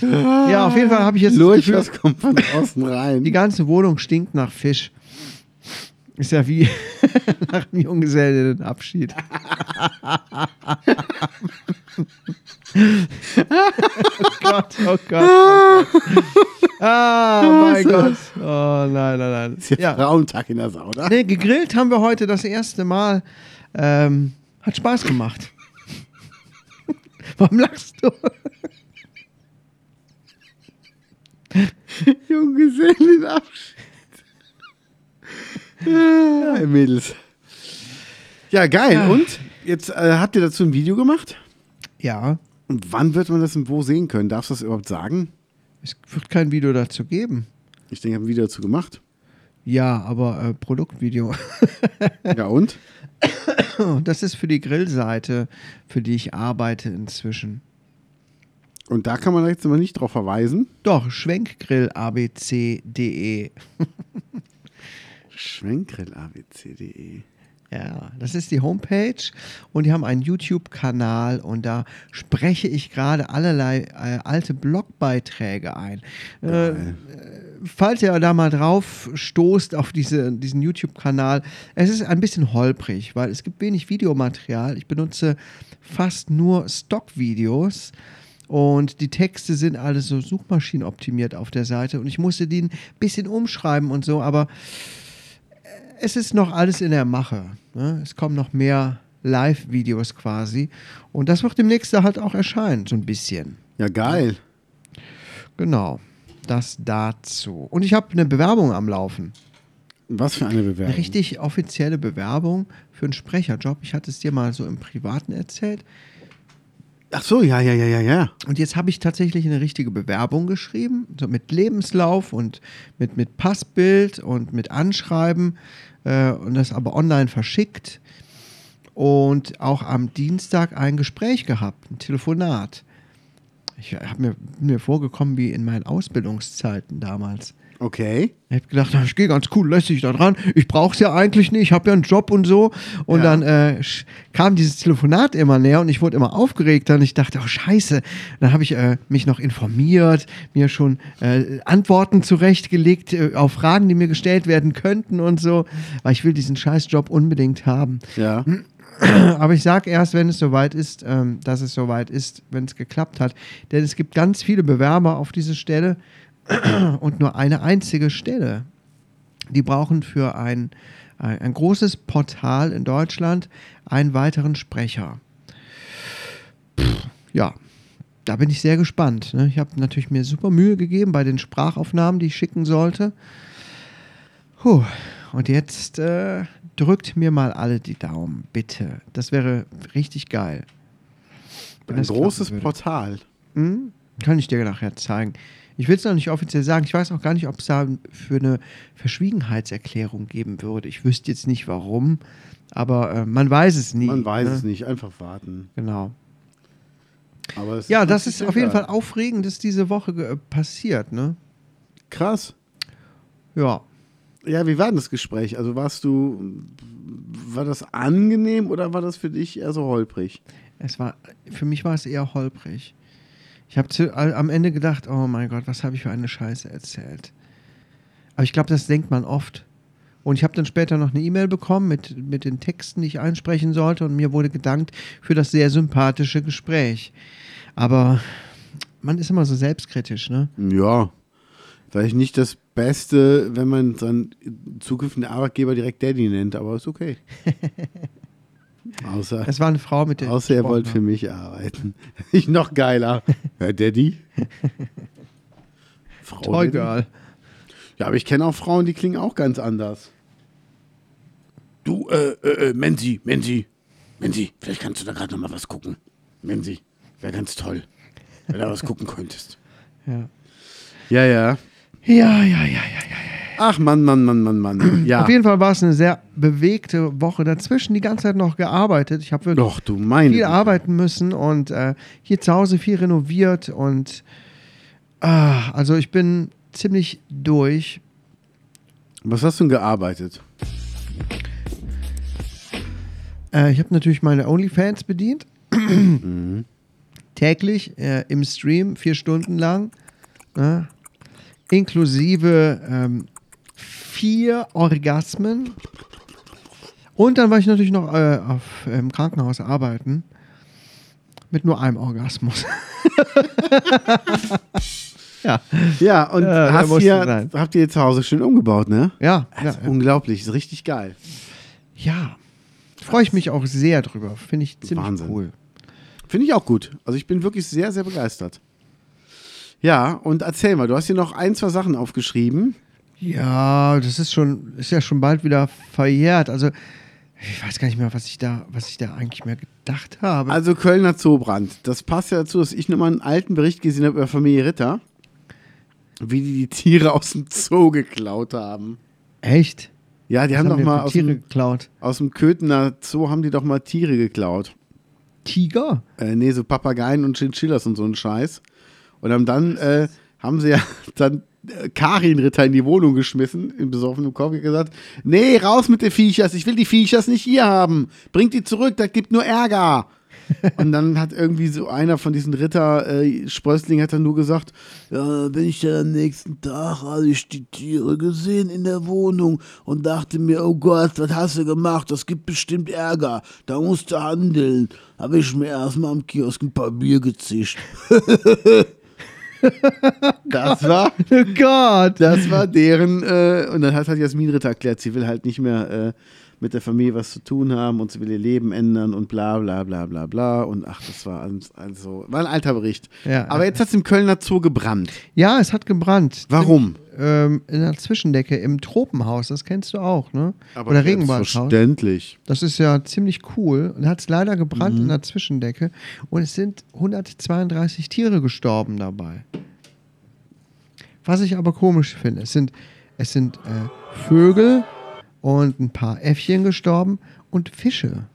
Speaker 1: Gott. Ja, auf jeden Fall habe ich jetzt
Speaker 2: Lurch,
Speaker 1: das
Speaker 2: was
Speaker 1: Gefühl,
Speaker 2: kommt von außen rein?
Speaker 1: die ganze Wohnung stinkt nach Fisch. Ist ja wie nach einem Junggesellenabschied. oh Gott, oh Gott. Ah, mein Gott. Oh nein, nein,
Speaker 2: ist
Speaker 1: nein.
Speaker 2: ja,
Speaker 1: Ja.
Speaker 2: Frauentag in der Sauna.
Speaker 1: Nee, gegrillt haben wir heute das erste Mal. Ähm, hat Spaß gemacht. Warum lachst du?
Speaker 2: Junggesellenabschied. ja, ihr Mädels. Ja, geil. Und jetzt äh, habt ihr dazu ein Video gemacht?
Speaker 1: Ja,
Speaker 2: Und wann wird man das und wo sehen können? Darfst du das überhaupt sagen?
Speaker 1: es wird kein Video dazu geben.
Speaker 2: Ich denke, ich habe ein Video dazu gemacht.
Speaker 1: Ja, aber äh, Produktvideo.
Speaker 2: Ja, und?
Speaker 1: Ah, Das ist für die Grillseite, für die ich arbeite inzwischen.
Speaker 2: Und da kann man jetzt immer nicht drauf verweisen.
Speaker 1: Doch, schwenkgrillabc.de.
Speaker 2: Schwenkgrillabc.de.
Speaker 1: Ja, das ist die Homepage und die haben einen YouTube-Kanal und da spreche ich gerade allerlei äh, alte Blogbeiträge ein. Äh, falls ihr da mal drauf stoßt auf diese, diesen YouTube-Kanal, es ist ein bisschen holprig, weil es gibt wenig Videomaterial. Ich benutze fast nur Stock-Videos Und die Texte sind alles so suchmaschinenoptimiert auf der Seite. Und ich musste die ein bisschen umschreiben und so, aber es ist noch alles in der Mache. Ne? Es kommen noch mehr Live-Videos quasi. Und das wird demnächst da halt auch erscheinen, so ein bisschen.
Speaker 2: Ja, geil.
Speaker 1: Genau. Das dazu. Und ich habe eine Bewerbung am Laufen.
Speaker 2: Was für eine Bewerbung.
Speaker 1: Eine richtig offizielle Bewerbung für einen Sprecherjob. Ich hatte es dir mal so im Privaten erzählt.
Speaker 2: Ach so, ja, ja, ja, ja, ja.
Speaker 1: Und jetzt habe ich tatsächlich eine richtige Bewerbung geschrieben, so mit Lebenslauf und mit, mit Passbild und mit Anschreiben äh, und das aber online verschickt. Und auch am Dienstag ein Gespräch gehabt, ein Telefonat. Ich habe mir, bin mir vorgekommen wie in meinen Ausbildungszeiten damals.
Speaker 2: Okay.
Speaker 1: Ich habe gedacht, ich gehe ganz cool, lässig da dran. Ich brauche es ja eigentlich nicht, ich habe ja einen Job und so. Und
Speaker 2: Ja.
Speaker 1: dann äh, sch- kam dieses Telefonat immer näher und ich wurde immer aufgeregter und ich dachte, oh scheiße. Dann habe ich äh, mich noch informiert, mir schon äh, Antworten zurechtgelegt äh, auf Fragen, die mir gestellt werden könnten und so. Weil ich will diesen Scheißjob unbedingt haben.
Speaker 2: Ja.
Speaker 1: Hm, Aber ich sage erst, wenn es soweit ist, ähm, dass es soweit ist, wenn es geklappt hat. Denn es gibt ganz viele Bewerber auf diese Stelle und nur eine einzige Stelle. Die brauchen für ein, ein, ein großes Portal in Deutschland einen weiteren Sprecher. Pff, ja, da bin ich sehr gespannt. Ne? Ich habe natürlich mir super Mühe gegeben bei den Sprachaufnahmen, die ich schicken sollte. Puh. Und jetzt äh, drückt mir mal alle die Daumen, bitte. Das wäre richtig geil. Wenn
Speaker 2: Ein
Speaker 1: das
Speaker 2: großes
Speaker 1: klappen würde.
Speaker 2: Portal.
Speaker 1: Hm? Kann ich dir nachher zeigen. Ich will es noch nicht offiziell sagen. Ich weiß auch gar nicht, ob es da für eine Verschwiegenheitserklärung geben würde. Ich wüsste jetzt nicht warum, aber äh, man weiß es nie.
Speaker 2: Man weiß
Speaker 1: ne?
Speaker 2: es nicht, einfach warten.
Speaker 1: Genau.
Speaker 2: Aber es
Speaker 1: Ja,
Speaker 2: ist
Speaker 1: das
Speaker 2: wirklich
Speaker 1: ist auf jeden
Speaker 2: geil.
Speaker 1: Fall aufregend, dass diese Woche ge- äh, passiert, ne?
Speaker 2: krass.
Speaker 1: Ja.
Speaker 2: Ja, wie war denn das Gespräch? Also warst du, war das angenehm oder war das für dich eher so holprig?
Speaker 1: Es war, für mich war es eher holprig. Ich habe am Ende gedacht, oh mein Gott, was habe ich für eine Scheiße erzählt. Aber ich glaube, das denkt man oft. Und ich habe dann später noch eine E-Mail bekommen mit, mit den Texten, die ich einsprechen sollte. Und mir wurde gedankt für das sehr sympathische Gespräch. Aber man ist immer so selbstkritisch, ne?
Speaker 2: Ja, vielleicht nicht das Beste, wenn man seinen zukünftigen Arbeitgeber direkt Daddy nennt, aber ist okay. außer,
Speaker 1: Es war eine Frau mit der. ich
Speaker 2: außer er
Speaker 1: gesprochen
Speaker 2: wollte
Speaker 1: habe.
Speaker 2: für mich arbeiten. ich noch geiler. Herr Daddy? Frau
Speaker 1: Toy
Speaker 2: Daddy?
Speaker 1: Girl.
Speaker 2: Ja, aber ich kenne auch Frauen, die klingen auch ganz anders. Du, äh, äh, äh, Menzi, Menzi, Menzi, vielleicht kannst du da gerade nochmal was gucken. Menzi, wäre ganz toll, wenn du da was gucken könntest.
Speaker 1: Ja.
Speaker 2: Ja, ja.
Speaker 1: Ja, ja, ja, ja, ja.
Speaker 2: Ach, Mann, Mann, Mann, Mann, Mann. Ja.
Speaker 1: Auf jeden Fall war es eine sehr bewegte Woche. Dazwischen die ganze Zeit noch gearbeitet. Ich habe wirklich
Speaker 2: Doch, du meine.
Speaker 1: viel
Speaker 2: Güte.
Speaker 1: arbeiten müssen und äh, hier zu Hause viel renoviert und ah, also ich bin ziemlich durch.
Speaker 2: Was hast du denn gearbeitet?
Speaker 1: Äh, ich habe natürlich meine OnlyFans bedient. Täglich äh, im Stream, vier Stunden lang. Ne? Inklusive ähm, vier Orgasmen. Und dann war ich natürlich noch äh, auf, im Krankenhaus arbeiten. Mit nur einem Orgasmus. ja,
Speaker 2: Ja, und
Speaker 1: Ja, da
Speaker 2: hast
Speaker 1: musste
Speaker 2: hier,
Speaker 1: sein.
Speaker 2: habt ihr zu Hause schön umgebaut, ne?
Speaker 1: ja,
Speaker 2: Das
Speaker 1: ja,
Speaker 2: ist unglaublich, ist richtig geil.
Speaker 1: ja. Freue ich mich auch sehr drüber. Finde ich ziemlich
Speaker 2: Wahnsinn.
Speaker 1: cool.
Speaker 2: Finde ich auch gut. Also ich bin wirklich sehr, sehr begeistert. Ja, und erzähl mal, du hast hier noch ein, zwei Sachen aufgeschrieben.
Speaker 1: Ja, das ist schon, ist ja schon bald wieder verjährt. Also ich weiß gar nicht mehr, was ich da, was ich da eigentlich mehr gedacht habe.
Speaker 2: Also Kölner Zoobrand. Das passt ja dazu, dass ich nochmal einen alten Bericht gesehen habe über Familie Ritter, wie die die Tiere aus dem Zoo geklaut haben.
Speaker 1: Echt?
Speaker 2: Ja, die
Speaker 1: Was
Speaker 2: haben doch
Speaker 1: wir
Speaker 2: mal
Speaker 1: für
Speaker 2: aus
Speaker 1: Tiere
Speaker 2: dem,
Speaker 1: geklaut.
Speaker 2: aus dem Köthener Zoo haben die doch mal Tiere geklaut.
Speaker 1: Tiger?
Speaker 2: Äh, nee, so Papageien und Chinchillas und so ein Scheiß. Und haben dann äh, haben sie ja dann äh, Karin Ritter in die Wohnung geschmissen, im besoffenen Kopf und gesagt, nee, raus mit den Viechers, ich will die Viechers nicht hier haben. Bringt die zurück, das gibt nur Ärger. Und dann hat irgendwie so einer von diesen Ritter-Sprösslingen hat dann nur gesagt, ja, bin ich dann am nächsten Tag, habe ich die Tiere gesehen in der Wohnung und dachte mir, oh Gott, was hast du gemacht? Das gibt bestimmt Ärger. Da musst du handeln. Habe ich mir erstmal am Kiosk ein paar Bier gezischt. das war
Speaker 1: Oh Gott.
Speaker 2: das war deren, äh, und dann hat halt Jasmin Ritter erklärt, sie will halt nicht mehr äh, mit der Familie was zu tun haben und sie will ihr Leben ändern und bla bla bla bla bla. Und ach, das war alles- also, war ein alter Bericht.
Speaker 1: Ja.
Speaker 2: Aber jetzt hat es im Kölner Zoo gebrannt.
Speaker 1: Ja, es hat gebrannt.
Speaker 2: Warum?
Speaker 1: Ähm, in der Zwischendecke, im Tropenhaus, das kennst du auch, ne? Oder Regenwaldhaus.
Speaker 2: Verständlich.
Speaker 1: Das ist ja ziemlich cool. Und hat es leider gebrannt
Speaker 2: Mhm.
Speaker 1: in der Zwischendecke. Und es sind 132 Tiere gestorben dabei. Was ich aber komisch finde, es sind, es sind äh, Vögel und ein paar Äffchen gestorben und Fische.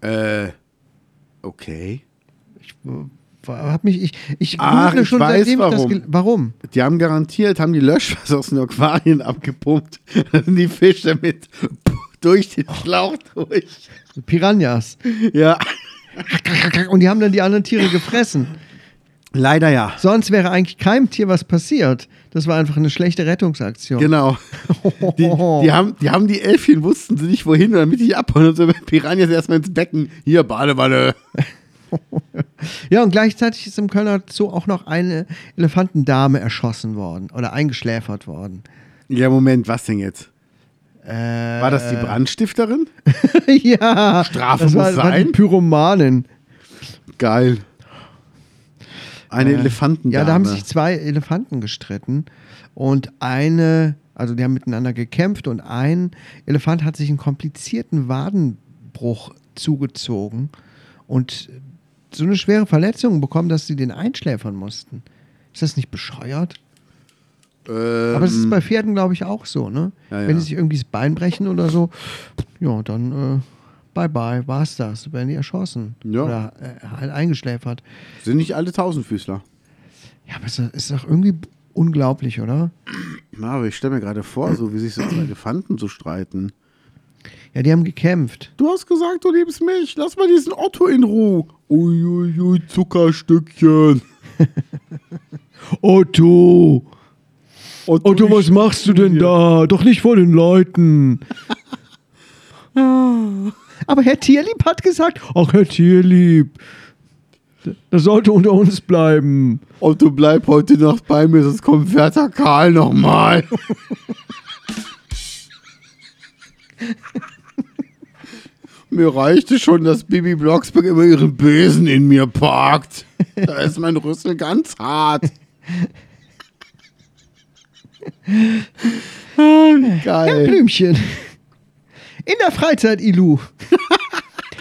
Speaker 2: Äh, okay.
Speaker 1: Ich, äh, hab mich, ich, ich
Speaker 2: Ach,
Speaker 1: google
Speaker 2: ich weiß, warum.
Speaker 1: das. gel- Warum?
Speaker 2: Die haben garantiert, haben die Löschwasser aus den Aquarien abgepumpt. Dann sind die Fische mit durch den Schlauch durch.
Speaker 1: Piranhas.
Speaker 2: Ja.
Speaker 1: Und die haben dann die anderen Tiere gefressen.
Speaker 2: Leider ja.
Speaker 1: Sonst wäre eigentlich keinem Tier was passiert. Das war einfach eine schlechte Rettungsaktion.
Speaker 2: Genau. Die, die, haben, die haben die Elfchen, wussten sie nicht wohin, und damit die abhauen und so mit Piranhas erstmal ins Becken. Hier, Badewanne.
Speaker 1: Ja, und gleichzeitig ist im Kölner Zoo auch noch eine Elefantendame erschossen worden oder eingeschläfert worden.
Speaker 2: Ja, Moment, was denn jetzt? Äh, War das die Brandstifterin?
Speaker 1: ja,
Speaker 2: Strafe
Speaker 1: das war,
Speaker 2: muss
Speaker 1: war die
Speaker 2: sein.
Speaker 1: Pyromanin.
Speaker 2: Geil. Äh, Eine Elefantendame.
Speaker 1: Ja, da haben sich zwei Elefanten gestritten und eine, also die haben miteinander gekämpft und ein Elefant hat sich einen komplizierten Wadenbruch zugezogen und so eine schwere Verletzung bekommen, dass sie den einschläfern mussten. Ist das nicht bescheuert?
Speaker 2: äh,
Speaker 1: Aber das ist bei Pferden, glaube ich, auch so, ne?
Speaker 2: Ja, ja.
Speaker 1: Wenn die sich irgendwie das Bein brechen oder so, ja, dann äh, bye bye, war's das. Werden die erschossen.
Speaker 2: Ja.
Speaker 1: Oder äh, halt eingeschläfert.
Speaker 2: sind nicht alle Tausendfüßler.
Speaker 1: Ja, aber ist doch, ist doch irgendwie unglaublich, oder?
Speaker 2: Na, aber ich stelle mir gerade vor, so wie sich so zwei Elefanten so streiten.
Speaker 1: Ja, die haben gekämpft.
Speaker 2: Du hast gesagt, du liebst mich. Lass mal diesen Otto in Ruhe. Uiuiui, Zuckerstückchen.
Speaker 1: Otto!
Speaker 2: Otto,
Speaker 1: Otto, was machst du denn da? Doch nicht vor den Leuten. aber Herr Tierlieb hat gesagt, ach Herr Tierlieb, das sollte unter uns bleiben.
Speaker 2: Otto, bleib heute Nacht bei mir, sonst kommt Werther Karl nochmal. mir reichte schon, dass Bibi Blocksberg immer ihren Besen in mir parkt. Da ist mein Rüssel ganz hart. Ah, wie Geil.
Speaker 1: Blümchen. In der Freizeit, Ilu.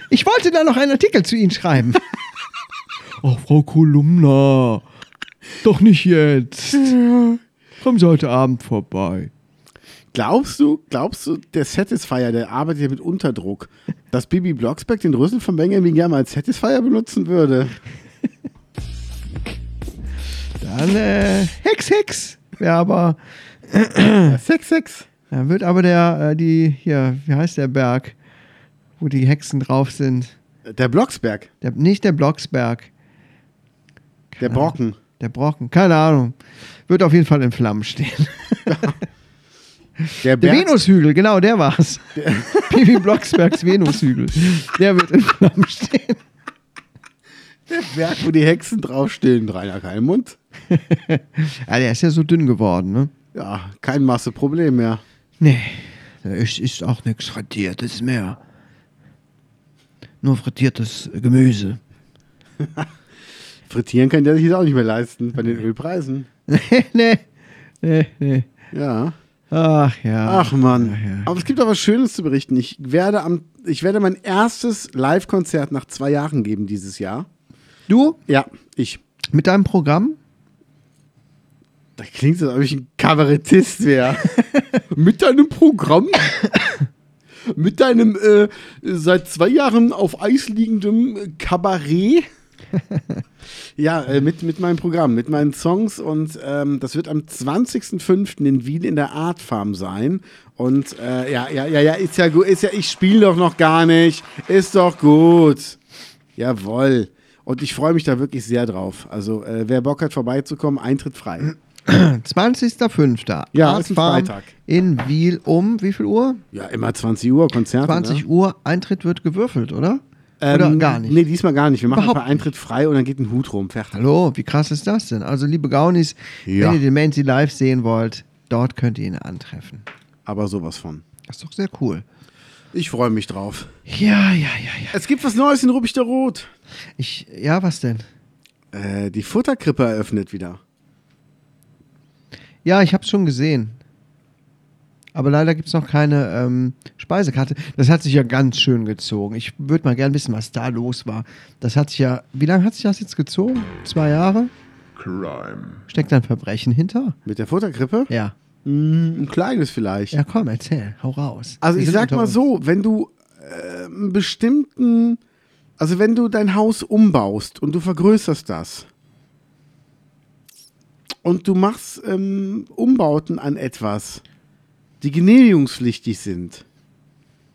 Speaker 1: Ich wollte da noch einen Artikel zu Ihnen schreiben. Ach, Frau Kolumna. Doch nicht jetzt. Kommen Sie heute Abend vorbei.
Speaker 2: Glaubst du, glaubst du, der Satisfier, der arbeitet ja mit Unterdruck, dass Bibi Blocksberg den Rüssel von Benjamin gerne als Satisfier benutzen würde?
Speaker 1: Dann, äh, Hex, Hex. Ja, aber,
Speaker 2: Sex, Sex.
Speaker 1: dann wird aber der, äh, die, hier, wie heißt der Berg, wo die Hexen drauf sind?
Speaker 2: Der Blocksberg,
Speaker 1: Der, nicht der Blocksberg,
Speaker 2: der Brocken.
Speaker 1: der Brocken, keine Ahnung. Wird auf jeden Fall in Flammen stehen.
Speaker 2: Der
Speaker 1: Der
Speaker 2: Berg,
Speaker 1: Venushügel, genau, der war's. Bibi Blocksbergs Venushügel. Der wird in Flammen stehen.
Speaker 2: der Berg, wo die Hexen draufstehen. Rainer Kalmund.
Speaker 1: Ja, der ist ja so dünn geworden, ne?
Speaker 2: Ja, kein Masseproblem mehr.
Speaker 1: Nee, da ist, ist auch nichts Frittiertes mehr. Nur frittiertes Gemüse.
Speaker 2: Frittieren kann der sich jetzt auch nicht mehr leisten bei den Ölpreisen.
Speaker 1: nee, nee, nee, nee.
Speaker 2: Ja.
Speaker 1: Ach ja.
Speaker 2: Ach Mann. Aber es gibt auch was Schönes zu berichten. Ich werde, am, ich werde mein erstes Live-Konzert nach zwei Jahren geben dieses Jahr.
Speaker 1: Du,
Speaker 2: Ja, ich.
Speaker 1: mit deinem Programm?
Speaker 2: Da klingt es, als ob ich ein Kabarettist wäre. Mit deinem Programm. Mit deinem äh, seit zwei Jahren auf Eis liegendem Kabarett. Ja, äh, mit, mit meinem Programm, mit meinen Songs und ähm, das wird am 20.05. in Wien in der Art Farm sein. Und äh, ja, ja, ja, ja, ist ja gut, ist ja, ich spiele doch noch gar nicht. Ist doch gut. Jawoll. Und ich freue mich da wirklich sehr drauf. Also, äh, wer Bock hat, vorbeizukommen, Eintritt frei.
Speaker 1: 20.05.
Speaker 2: Ja,
Speaker 1: Art
Speaker 2: ist ein
Speaker 1: Farm
Speaker 2: Freitag.
Speaker 1: In Wiel um wie viel Uhr?
Speaker 2: Ja, immer 20 Uhr Konzerte.
Speaker 1: 20
Speaker 2: ne?
Speaker 1: Uhr. Eintritt wird gewürfelt, oder? oder
Speaker 2: Ähm,
Speaker 1: gar nicht?
Speaker 2: Nee, diesmal gar nicht. Wir machen
Speaker 1: Überhaupt
Speaker 2: einfach Eintritt frei und dann geht ein Hut rum. Fertig.
Speaker 1: Hallo, wie krass ist das denn? Also, liebe Gaunis,
Speaker 2: Ja.
Speaker 1: wenn ihr den Mansi live sehen wollt, dort könnt ihr ihn antreffen.
Speaker 2: Aber sowas von.
Speaker 1: Das ist doch sehr cool.
Speaker 2: Ich freue mich drauf.
Speaker 1: Ja, ja, ja, ja.
Speaker 2: Es gibt was Neues in Rubik der Rot.
Speaker 1: Ich, ja, was denn?
Speaker 2: Äh, die Futterkrippe eröffnet wieder.
Speaker 1: Ja, ich hab's schon gesehen. Aber leider gibt's noch keine ähm, Speisekarte. Das hat sich ja ganz schön gezogen. Ich würde mal gern wissen, was da los war. Das hat sich ja. Wie lange hat sich das jetzt gezogen? Zwei Jahre?
Speaker 3: Crime.
Speaker 1: Steckt da ein Verbrechen hinter?
Speaker 2: Mit der Futterkrippe?
Speaker 1: Ja.
Speaker 2: Mm, ein kleines vielleicht.
Speaker 1: Hm. Ja, komm, erzähl. Hau raus.
Speaker 2: Also
Speaker 1: Wir
Speaker 2: ich
Speaker 1: sind
Speaker 2: sag
Speaker 1: unter
Speaker 2: mal
Speaker 1: uns.
Speaker 2: so, wenn du äh, einen bestimmten, also wenn du dein Haus umbaust und du vergrößerst das und du machst ähm, Umbauten an etwas, die genehmigungspflichtig sind,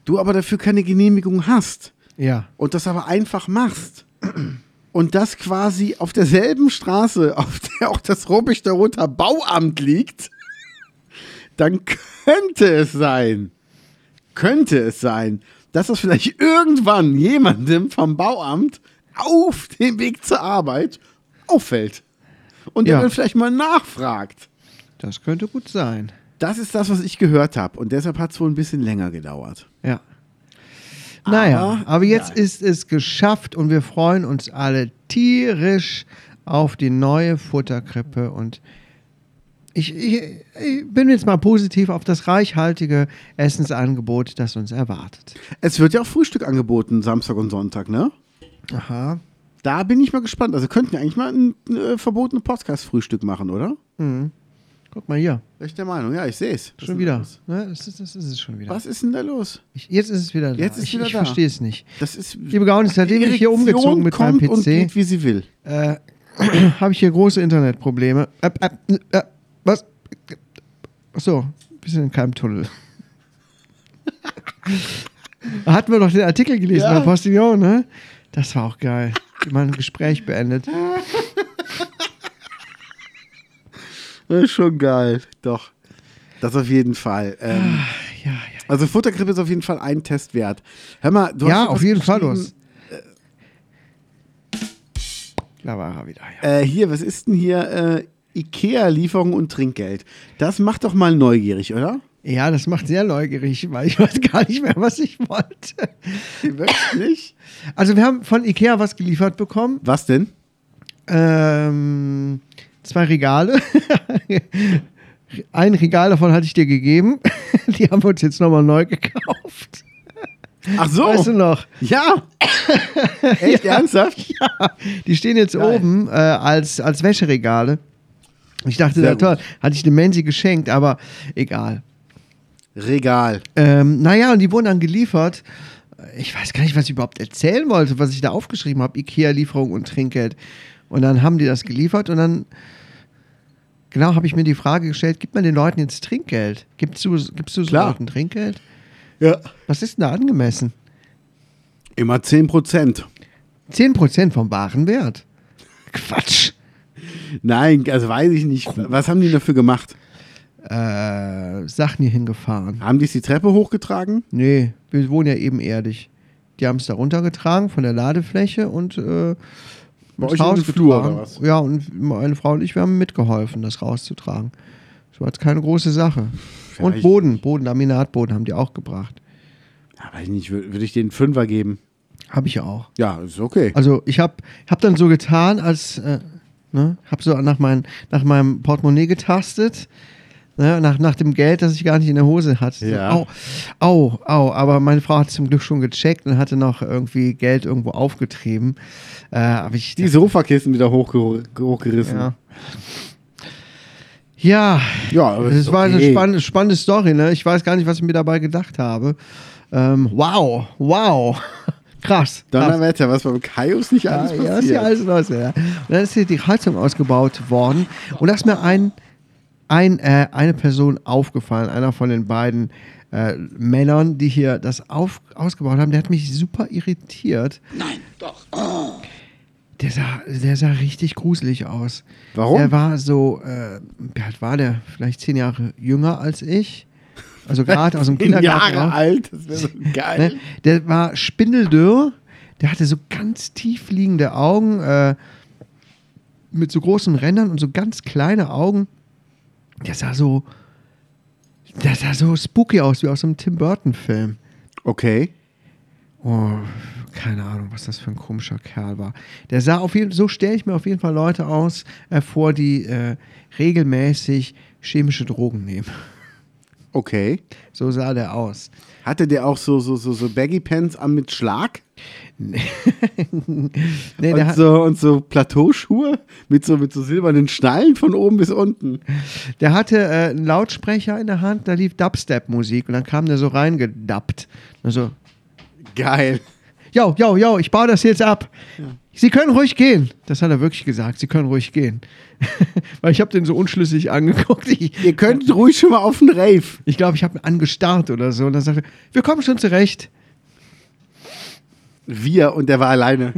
Speaker 2: du aber dafür keine Genehmigung hast
Speaker 1: Ja.
Speaker 2: und das aber einfach machst und das quasi auf derselben Straße, auf der auch das Robichter Roter Bauamt liegt, dann könnte es sein, könnte es sein, dass das vielleicht irgendwann jemandem vom Bauamt auf dem Weg zur Arbeit auffällt und der
Speaker 1: Ja.
Speaker 2: dann vielleicht mal nachfragt.
Speaker 1: Das könnte gut sein.
Speaker 2: Das ist das, was ich gehört habe und deshalb hat es wohl ein bisschen länger gedauert.
Speaker 1: Ja. Naja,
Speaker 2: Aber-
Speaker 1: aber jetzt
Speaker 2: Ja.
Speaker 1: ist es geschafft und wir freuen uns alle tierisch auf die neue Futterkrippe und ich, ich, ich bin jetzt mal positiv auf das reichhaltige Essensangebot, das uns erwartet.
Speaker 2: Es wird ja auch Frühstück angeboten, Samstag und Sonntag, ne?
Speaker 1: Aha.
Speaker 2: Da bin ich mal gespannt. Also könnten wir eigentlich mal ein äh, verbotenes Podcast-Frühstück machen, oder?
Speaker 1: Guck mal hier,
Speaker 2: Echt der Meinung, ja, ich sehe es.
Speaker 1: schon wieder. Ne, das, ist, das ist es schon wieder.
Speaker 2: Was ist denn da los?
Speaker 1: Ich, jetzt ist es wieder da.
Speaker 2: Jetzt ist
Speaker 1: ich
Speaker 2: wieder
Speaker 1: ich
Speaker 2: da.
Speaker 1: verstehe es nicht.
Speaker 2: Das ist.
Speaker 1: Liebe Gaunis, seitdem ich hier
Speaker 2: Erektion
Speaker 1: umgezogen mit meinem
Speaker 2: kommt Und
Speaker 1: PC,
Speaker 2: geht, wie sie will.
Speaker 1: äh, habe ich hier große Internetprobleme. Äpp, äpp, n- äh, was? Achso, wir sind in keinem Tunnel. Hatten wir doch den Artikel gelesen
Speaker 2: Ja.
Speaker 1: bei Postillon, ne? Das war auch geil. Wie man ein Gespräch beendet.
Speaker 2: Das ist schon geil. Doch. Das auf jeden Fall. Ähm,
Speaker 1: Ja,
Speaker 2: also Futterkrippe ist auf jeden Fall ein Test wert. Hör mal, du
Speaker 1: ja. ja
Speaker 2: hast
Speaker 1: auf
Speaker 2: was
Speaker 1: jeden Fall
Speaker 2: geschrieben.
Speaker 1: los. Da war er wieder. Ja.
Speaker 2: Äh, hier, was ist denn hier? Äh, Ikea-Lieferung und Trinkgeld. Das macht doch mal neugierig, oder?
Speaker 1: ja, das macht sehr neugierig, weil ich weiß gar nicht mehr, was ich wollte.
Speaker 2: Wirklich nicht?
Speaker 1: Also, wir haben von Ikea was geliefert bekommen.
Speaker 2: Was denn?
Speaker 1: Ähm, zwei Regale. Ein Regal davon hatte ich dir gegeben. Die haben wir uns jetzt nochmal neu gekauft.
Speaker 2: Ach so.
Speaker 1: Weißt du noch?
Speaker 2: Ja. Echt ernsthaft?
Speaker 1: Die stehen jetzt
Speaker 2: Geil.
Speaker 1: oben äh, als, als Wäscheregale. Ich dachte,
Speaker 2: Sehr
Speaker 1: na toll, hatte ich dem Menzi geschenkt, aber egal.
Speaker 2: Regal.
Speaker 1: Ähm, naja, und die wurden dann geliefert. Ich weiß gar nicht, was ich überhaupt erzählen wollte, was ich da aufgeschrieben habe. Ikea-Lieferung und Trinkgeld. Und dann haben die das geliefert und dann, genau, habe ich mir die Frage gestellt, gibt man den Leuten jetzt Trinkgeld? Gibst du, gibst du so
Speaker 2: Klar.
Speaker 1: Leuten Trinkgeld?
Speaker 2: Ja.
Speaker 1: Was ist denn da angemessen?
Speaker 2: Immer 10 Prozent.
Speaker 1: 10% vom wahren Wert. Quatsch.
Speaker 2: Nein, also weiß ich nicht. Was haben die dafür gemacht?
Speaker 1: Äh, Sachen hier hingefahren.
Speaker 2: Haben die es die Treppe hochgetragen?
Speaker 1: Nee, wir wohnen ja eben erdig. Die haben es da runtergetragen von der Ladefläche und äh,
Speaker 2: Bei
Speaker 1: ins
Speaker 2: euch in den Flur oder was?
Speaker 1: Ja, und meine Frau und ich, wir haben mitgeholfen, das rauszutragen. Das war jetzt keine große Sache.
Speaker 2: Vielleicht
Speaker 1: und Boden, Boden, Laminatboden haben die auch gebracht.
Speaker 2: Ja, weiß ich nicht, würde würd ich denen Fünfer geben.
Speaker 1: Habe ich ja auch.
Speaker 2: Ja, ist okay.
Speaker 1: Also ich habe hab dann so getan, als äh, ne, habe so nach, mein, nach meinem Portemonnaie getastet, ne, nach, nach dem Geld, das ich gar nicht in der Hose hatte.
Speaker 2: Ja.
Speaker 1: Au, au, au. Aber meine Frau hat zum Glück schon gecheckt und hatte noch irgendwie Geld irgendwo aufgetrieben. Äh, aber ich
Speaker 2: Die Sofakissen wieder hochge hochgerissen.
Speaker 1: ja. Ja,
Speaker 2: Ja, aber
Speaker 1: das
Speaker 2: ist
Speaker 1: war eine
Speaker 2: okay.
Speaker 1: spannende, spannende Story. Ne? Ich weiß gar nicht, was ich mir dabei gedacht habe. Ähm, wow, wow, krass. krass.
Speaker 2: Donnerwetter, was beim Kaius nicht alles
Speaker 1: Ja, ja,
Speaker 2: passiert.
Speaker 1: ist ja alles los, ja. Und Dann ist hier die Heizung ausgebaut worden. Und da ist mir ein, ein, äh, eine Person aufgefallen, einer von den beiden äh, Männern, die hier das auf, ausgebaut haben. Der hat mich super irritiert.
Speaker 4: Nein, doch.
Speaker 1: Der sah, der sah richtig gruselig aus.
Speaker 2: Warum?
Speaker 1: Der war so, äh, wie alt war der? Vielleicht zehn Jahre jünger als ich. Also gerade aus dem Kindergarten.
Speaker 2: Jahre
Speaker 1: raus.
Speaker 2: alt, das wäre so geil.
Speaker 1: Ne? Der war spindeldürr, der hatte so ganz tief liegende Augen, äh, mit so großen Rändern und so ganz kleine Augen. Der sah so, der sah so spooky aus, wie aus einem Tim Burton-Film.
Speaker 2: Okay.
Speaker 1: Oh, keine Ahnung, was das für ein komischer Kerl war. Der sah auf jeden so stelle ich mir auf jeden Fall Leute aus äh, vor, die äh, regelmäßig chemische Drogen nehmen.
Speaker 2: Okay.
Speaker 1: So sah der aus.
Speaker 2: Hatte der auch so, so, so, so Baggy Pants an mit Schlag
Speaker 1: Nee,
Speaker 2: und,
Speaker 1: hat-
Speaker 2: so, und so Plateauschuhe mit so, mit so silbernen Schnallen von oben bis unten.
Speaker 1: Der hatte äh, einen Lautsprecher in der Hand, da lief Dubstep-Musik und dann kam der so reingedubbt. Also,
Speaker 2: Geil.
Speaker 1: yo, yo, yo, ich baue das jetzt ab. Sie können ruhig gehen. Das hat er wirklich gesagt, Sie können ruhig gehen. Weil ich habe den so unschlüssig angeguckt. Ich glaube,
Speaker 2: Ihr könnt ruhig schon mal auf den Rave.
Speaker 1: ich, glaub, ich habe ihn angestarrt oder so. Und dann sagte er, wir kommen schon zurecht.
Speaker 2: Wir und der war alleine.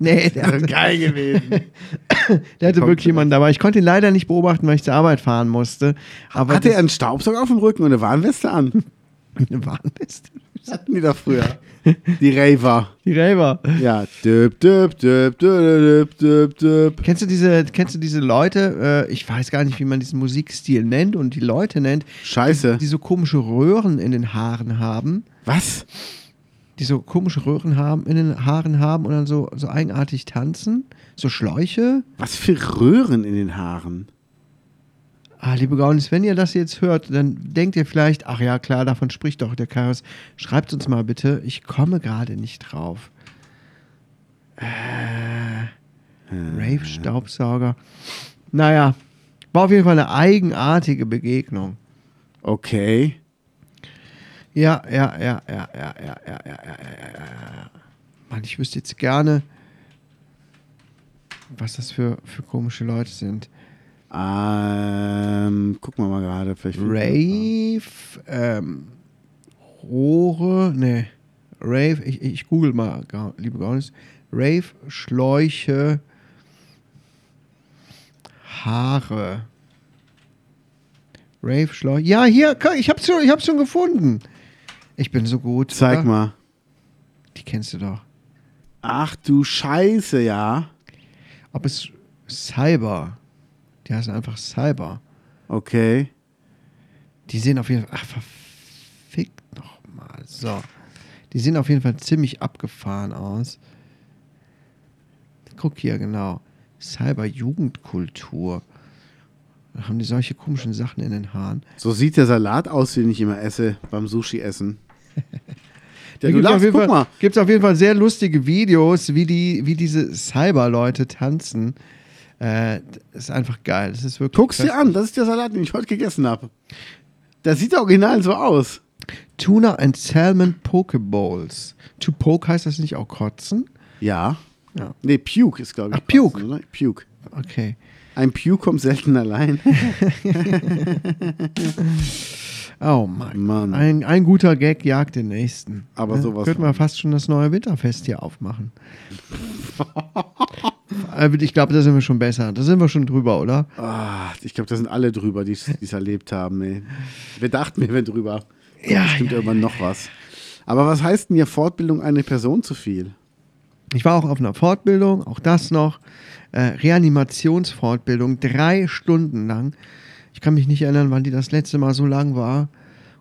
Speaker 1: Nee, der
Speaker 2: Das
Speaker 1: hatte,
Speaker 2: ist geil gewesen.
Speaker 1: der hatte
Speaker 2: kommt
Speaker 1: wirklich
Speaker 2: zurecht.
Speaker 1: jemanden dabei. Ich konnte ihn leider nicht beobachten, weil ich zur Arbeit fahren musste. Aber
Speaker 2: Hatte er
Speaker 1: das-
Speaker 2: einen Staubsauger auf dem Rücken und eine Warnweste an?
Speaker 1: eine Warnweste?
Speaker 2: Das hatten die da früher. Die Raver.
Speaker 1: Die Raver.
Speaker 2: Ja. Düb, düb, düb, düb, düb, düb, düb.
Speaker 1: Kennst du diese, kennst du diese Leute, äh, ich weiß gar nicht, wie man diesen Musikstil nennt und die Leute nennt,
Speaker 2: Scheiße.
Speaker 1: die so komische Röhren in den Haaren haben,
Speaker 2: Was?
Speaker 1: die so komische Röhren haben in den Haaren haben und dann so, so eigenartig tanzen, so Schläuche.
Speaker 2: Was für Röhren in den Haaren?
Speaker 1: Ah, liebe Gaunis, wenn ihr das jetzt hört, dann denkt ihr vielleicht, ach ja, klar, davon spricht doch der Chaos. Schreibt uns mal bitte, ich komme gerade nicht drauf. Äh, Rave-Staubsauger. Naja, war auf jeden Fall eine eigenartige Begegnung.
Speaker 2: Okay.
Speaker 1: Ja, ja, ja, ja, ja, ja, ja, ja, ja, ja, ja, ja. Mann, ich wüsste jetzt gerne, was das für, für komische Leute sind.
Speaker 2: Ähm, gucken wir mal gerade. Vielleicht finden wir-
Speaker 1: Rave, ähm, Rohre, ne, Rave, ich, ich google mal, Ga- liebe Gaunis. Rave, Schläuche, Haare. Rave, Schläuche. Ja, hier, guck, ich hab's schon, ich hab's schon gefunden. Ich bin so gut.
Speaker 2: Zeig
Speaker 1: oder?
Speaker 2: mal.
Speaker 1: Die kennst du doch.
Speaker 2: Ach du Scheiße, ja.
Speaker 1: Ob es Cyber, die heißen einfach Cyber.
Speaker 2: Okay.
Speaker 1: Die sehen auf jeden Fall. Ach, verfickt nochmal. So. Die sehen auf jeden Fall ziemlich abgefahren aus. Guck hier, genau. Cyber-Jugendkultur. Da haben die solche komischen Sachen in den Haaren.
Speaker 2: So sieht der Salat aus, den ich immer esse beim Sushi-Essen.
Speaker 1: Da
Speaker 2: Ja, du
Speaker 1: gibt's auf
Speaker 2: lachst,
Speaker 1: jeden
Speaker 2: guck
Speaker 1: Fall-
Speaker 2: mal.
Speaker 1: Gibt's auf jeden Fall sehr lustige Videos, wie, die, wie diese Cyber-Leute tanzen. Äh, das ist einfach geil. Das ist wirklich.
Speaker 2: Guck's dir an, das ist der Salat, den ich heute gegessen habe. Das sieht original so aus.
Speaker 1: Tuna and Salmon Poke Bowls. To poke heißt das nicht auch kotzen?
Speaker 2: Ja.
Speaker 1: Ja.
Speaker 2: Nee, Puke ist, glaube ich.
Speaker 1: Ach, Puke.
Speaker 2: passend, oder? Puke.
Speaker 1: Okay.
Speaker 2: Ein Puke kommt selten allein.
Speaker 1: Oh mein
Speaker 2: Mann.
Speaker 1: Gott. Ein, ein guter Gag jagt den nächsten.
Speaker 2: Aber sowas
Speaker 1: Könnten wir fast schon das neue Winterfest hier aufmachen. Äh, ich glaube, da sind wir schon besser. Da sind wir schon drüber, oder?
Speaker 2: Ah, ich glaube, da sind alle drüber, die es erlebt haben. Ey. Wir dachten, wir wären drüber. Kommt
Speaker 1: Ja,
Speaker 2: bestimmt irgendwann noch was. Aber was heißt denn hier Fortbildung eine Person zu viel?
Speaker 1: Ich war auch auf einer Fortbildung, auch das noch. Äh, Reanimationsfortbildung, drei Stunden lang. Ich kann mich nicht erinnern, wann die das letzte Mal so lang war.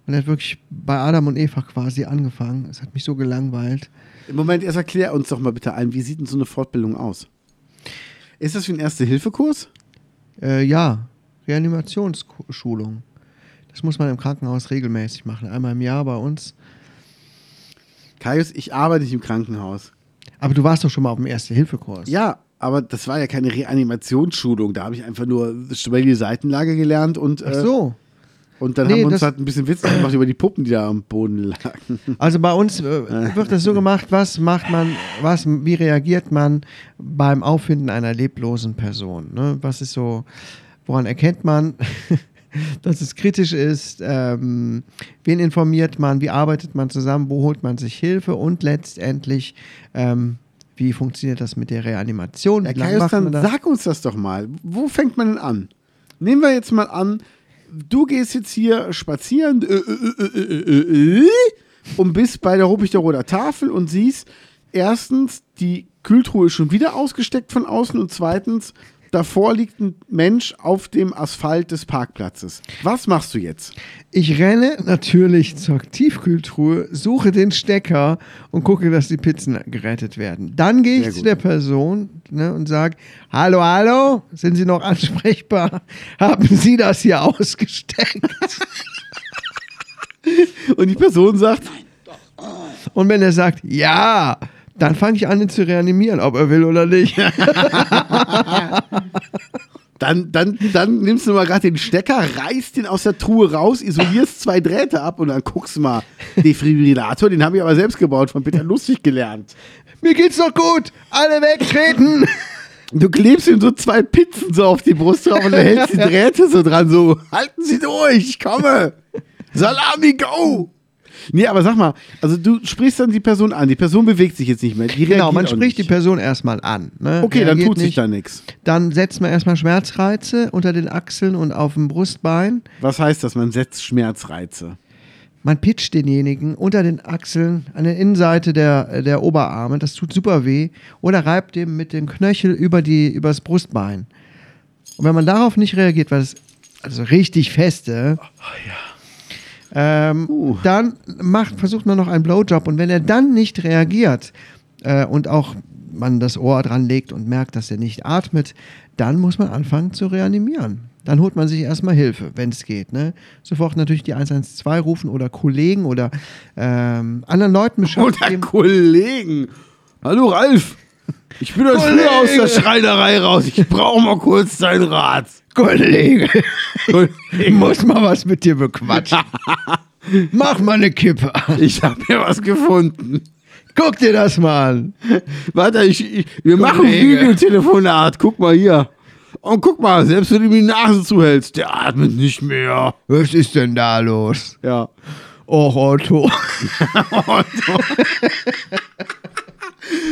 Speaker 1: Und hat wirklich bei Adam und Eva quasi angefangen. Es hat mich so gelangweilt.
Speaker 2: Im Moment, erst erklär uns doch mal bitte ein, wie sieht denn so eine Fortbildung aus? Ist das wie ein Erste-Hilfe-Kurs?
Speaker 1: Äh, ja, Reanimationsschulung. Das muss man im Krankenhaus regelmäßig machen, einmal im Jahr bei uns.
Speaker 2: Kaius, ich arbeite nicht im Krankenhaus.
Speaker 1: Aber du warst doch schon mal auf dem Erste-Hilfe-Kurs.
Speaker 2: Ja, aber das war ja keine Reanimationsschulung. Da habe ich einfach nur stabile Seitenlage gelernt und,
Speaker 1: Ach so.
Speaker 2: äh, Und dann
Speaker 1: Nee,
Speaker 2: haben wir uns
Speaker 1: das-
Speaker 2: halt ein bisschen Witz gemacht über die Puppen, die da am Boden lagen.
Speaker 1: Also bei uns äh, wird das so gemacht, was macht man, was, wie reagiert man beim Auffinden einer leblosen Person? Ne? Was ist so, woran erkennt man, dass es kritisch ist? Ähm, wen informiert man? Wie arbeitet man zusammen? Wo holt man sich Hilfe? Und letztendlich, ähm, wie funktioniert das mit der Reanimation? Wie
Speaker 2: Ja,
Speaker 1: lange
Speaker 2: Kaius,
Speaker 1: macht
Speaker 2: dann
Speaker 1: man das?
Speaker 2: sag uns das doch mal. Wo fängt man denn an? Nehmen wir jetzt mal an, du gehst jetzt hier spazieren äh, äh, äh, äh, äh, äh, und bist bei der Rubik der Roder Tafel und siehst erstens, die Kühltruhe ist schon wieder ausgesteckt von außen und zweitens, davor liegt ein Mensch auf dem Asphalt des Parkplatzes. Was machst du jetzt?
Speaker 1: Ich renne natürlich zur Tiefkühltruhe, suche den Stecker und gucke, dass die Pizzen gerettet werden. Dann gehe ich
Speaker 2: Sehr
Speaker 1: zu
Speaker 2: gut.
Speaker 1: der Person ne, und sage: Hallo, hallo, sind Sie noch ansprechbar? Haben Sie das hier ausgesteckt?
Speaker 2: Und die Person sagt,
Speaker 1: Und wenn er sagt: Ja, dann fange ich an, ihn zu reanimieren, ob er will oder nicht.
Speaker 2: Dann, dann, dann nimmst du mal gerade den Stecker, reißt den aus der Truhe raus, isolierst zwei Drähte ab und dann guckst du mal. Defibrillator, den habe ich aber selbst gebaut, von Peter Lustig gelernt.
Speaker 1: Mir geht's doch gut, alle wegtreten.
Speaker 2: Du klebst ihm so zwei Pizzen so auf die Brust drauf und dann hältst die Drähte so dran, so, halten Sie durch, ich komme. Salami, go! Nee, aber sag mal, also du sprichst dann die Person an, die Person bewegt sich jetzt nicht mehr. Die
Speaker 1: genau,
Speaker 2: reagiert
Speaker 1: man
Speaker 2: auch
Speaker 1: spricht die
Speaker 2: nicht.
Speaker 1: Person erstmal an. Ne?
Speaker 2: Okay, dann
Speaker 1: Reagiert
Speaker 2: tut sich
Speaker 1: nicht.
Speaker 2: da nichts.
Speaker 1: Dann setzt man erstmal Schmerzreize unter den Achseln und auf dem Brustbein.
Speaker 2: Was heißt das? Man setzt Schmerzreize.
Speaker 1: Man pitcht denjenigen unter den Achseln, an der Innenseite der, der Oberarme, das tut super weh, oder reibt dem mit dem Knöchel über die, übers Brustbein. Und wenn man darauf nicht reagiert, weil es also richtig feste, ähm,
Speaker 2: Uh.
Speaker 1: dann macht, versucht man noch einen Blowjob und wenn er dann nicht reagiert äh, und auch man das Ohr dran legt und merkt, dass er nicht atmet, dann muss man anfangen zu reanimieren. Dann holt man sich erstmal Hilfe, wenn es geht. Ne? Sofort natürlich die 112 rufen oder Kollegen oder ähm, anderen Leuten Bescheid
Speaker 2: Oder Kollegen. Hallo Ralf. Ich bin heute
Speaker 1: Kollege.
Speaker 2: früh aus der Schreinerei raus. Ich brauche mal kurz deinen Rat.
Speaker 1: Kollege, ich muss mal was mit dir bequatschen. Mach mal eine Kippe an.
Speaker 2: Ich habe hier was gefunden.
Speaker 1: Guck dir das mal an.
Speaker 2: Warte, ich, ich, wir machen
Speaker 1: Kollege.
Speaker 2: Videotelefonat. Guck mal hier. Und guck mal, selbst wenn du ihm die Nase zuhältst, der atmet nicht mehr.
Speaker 1: Was ist denn da los?
Speaker 2: Ja.
Speaker 1: Och, Otto.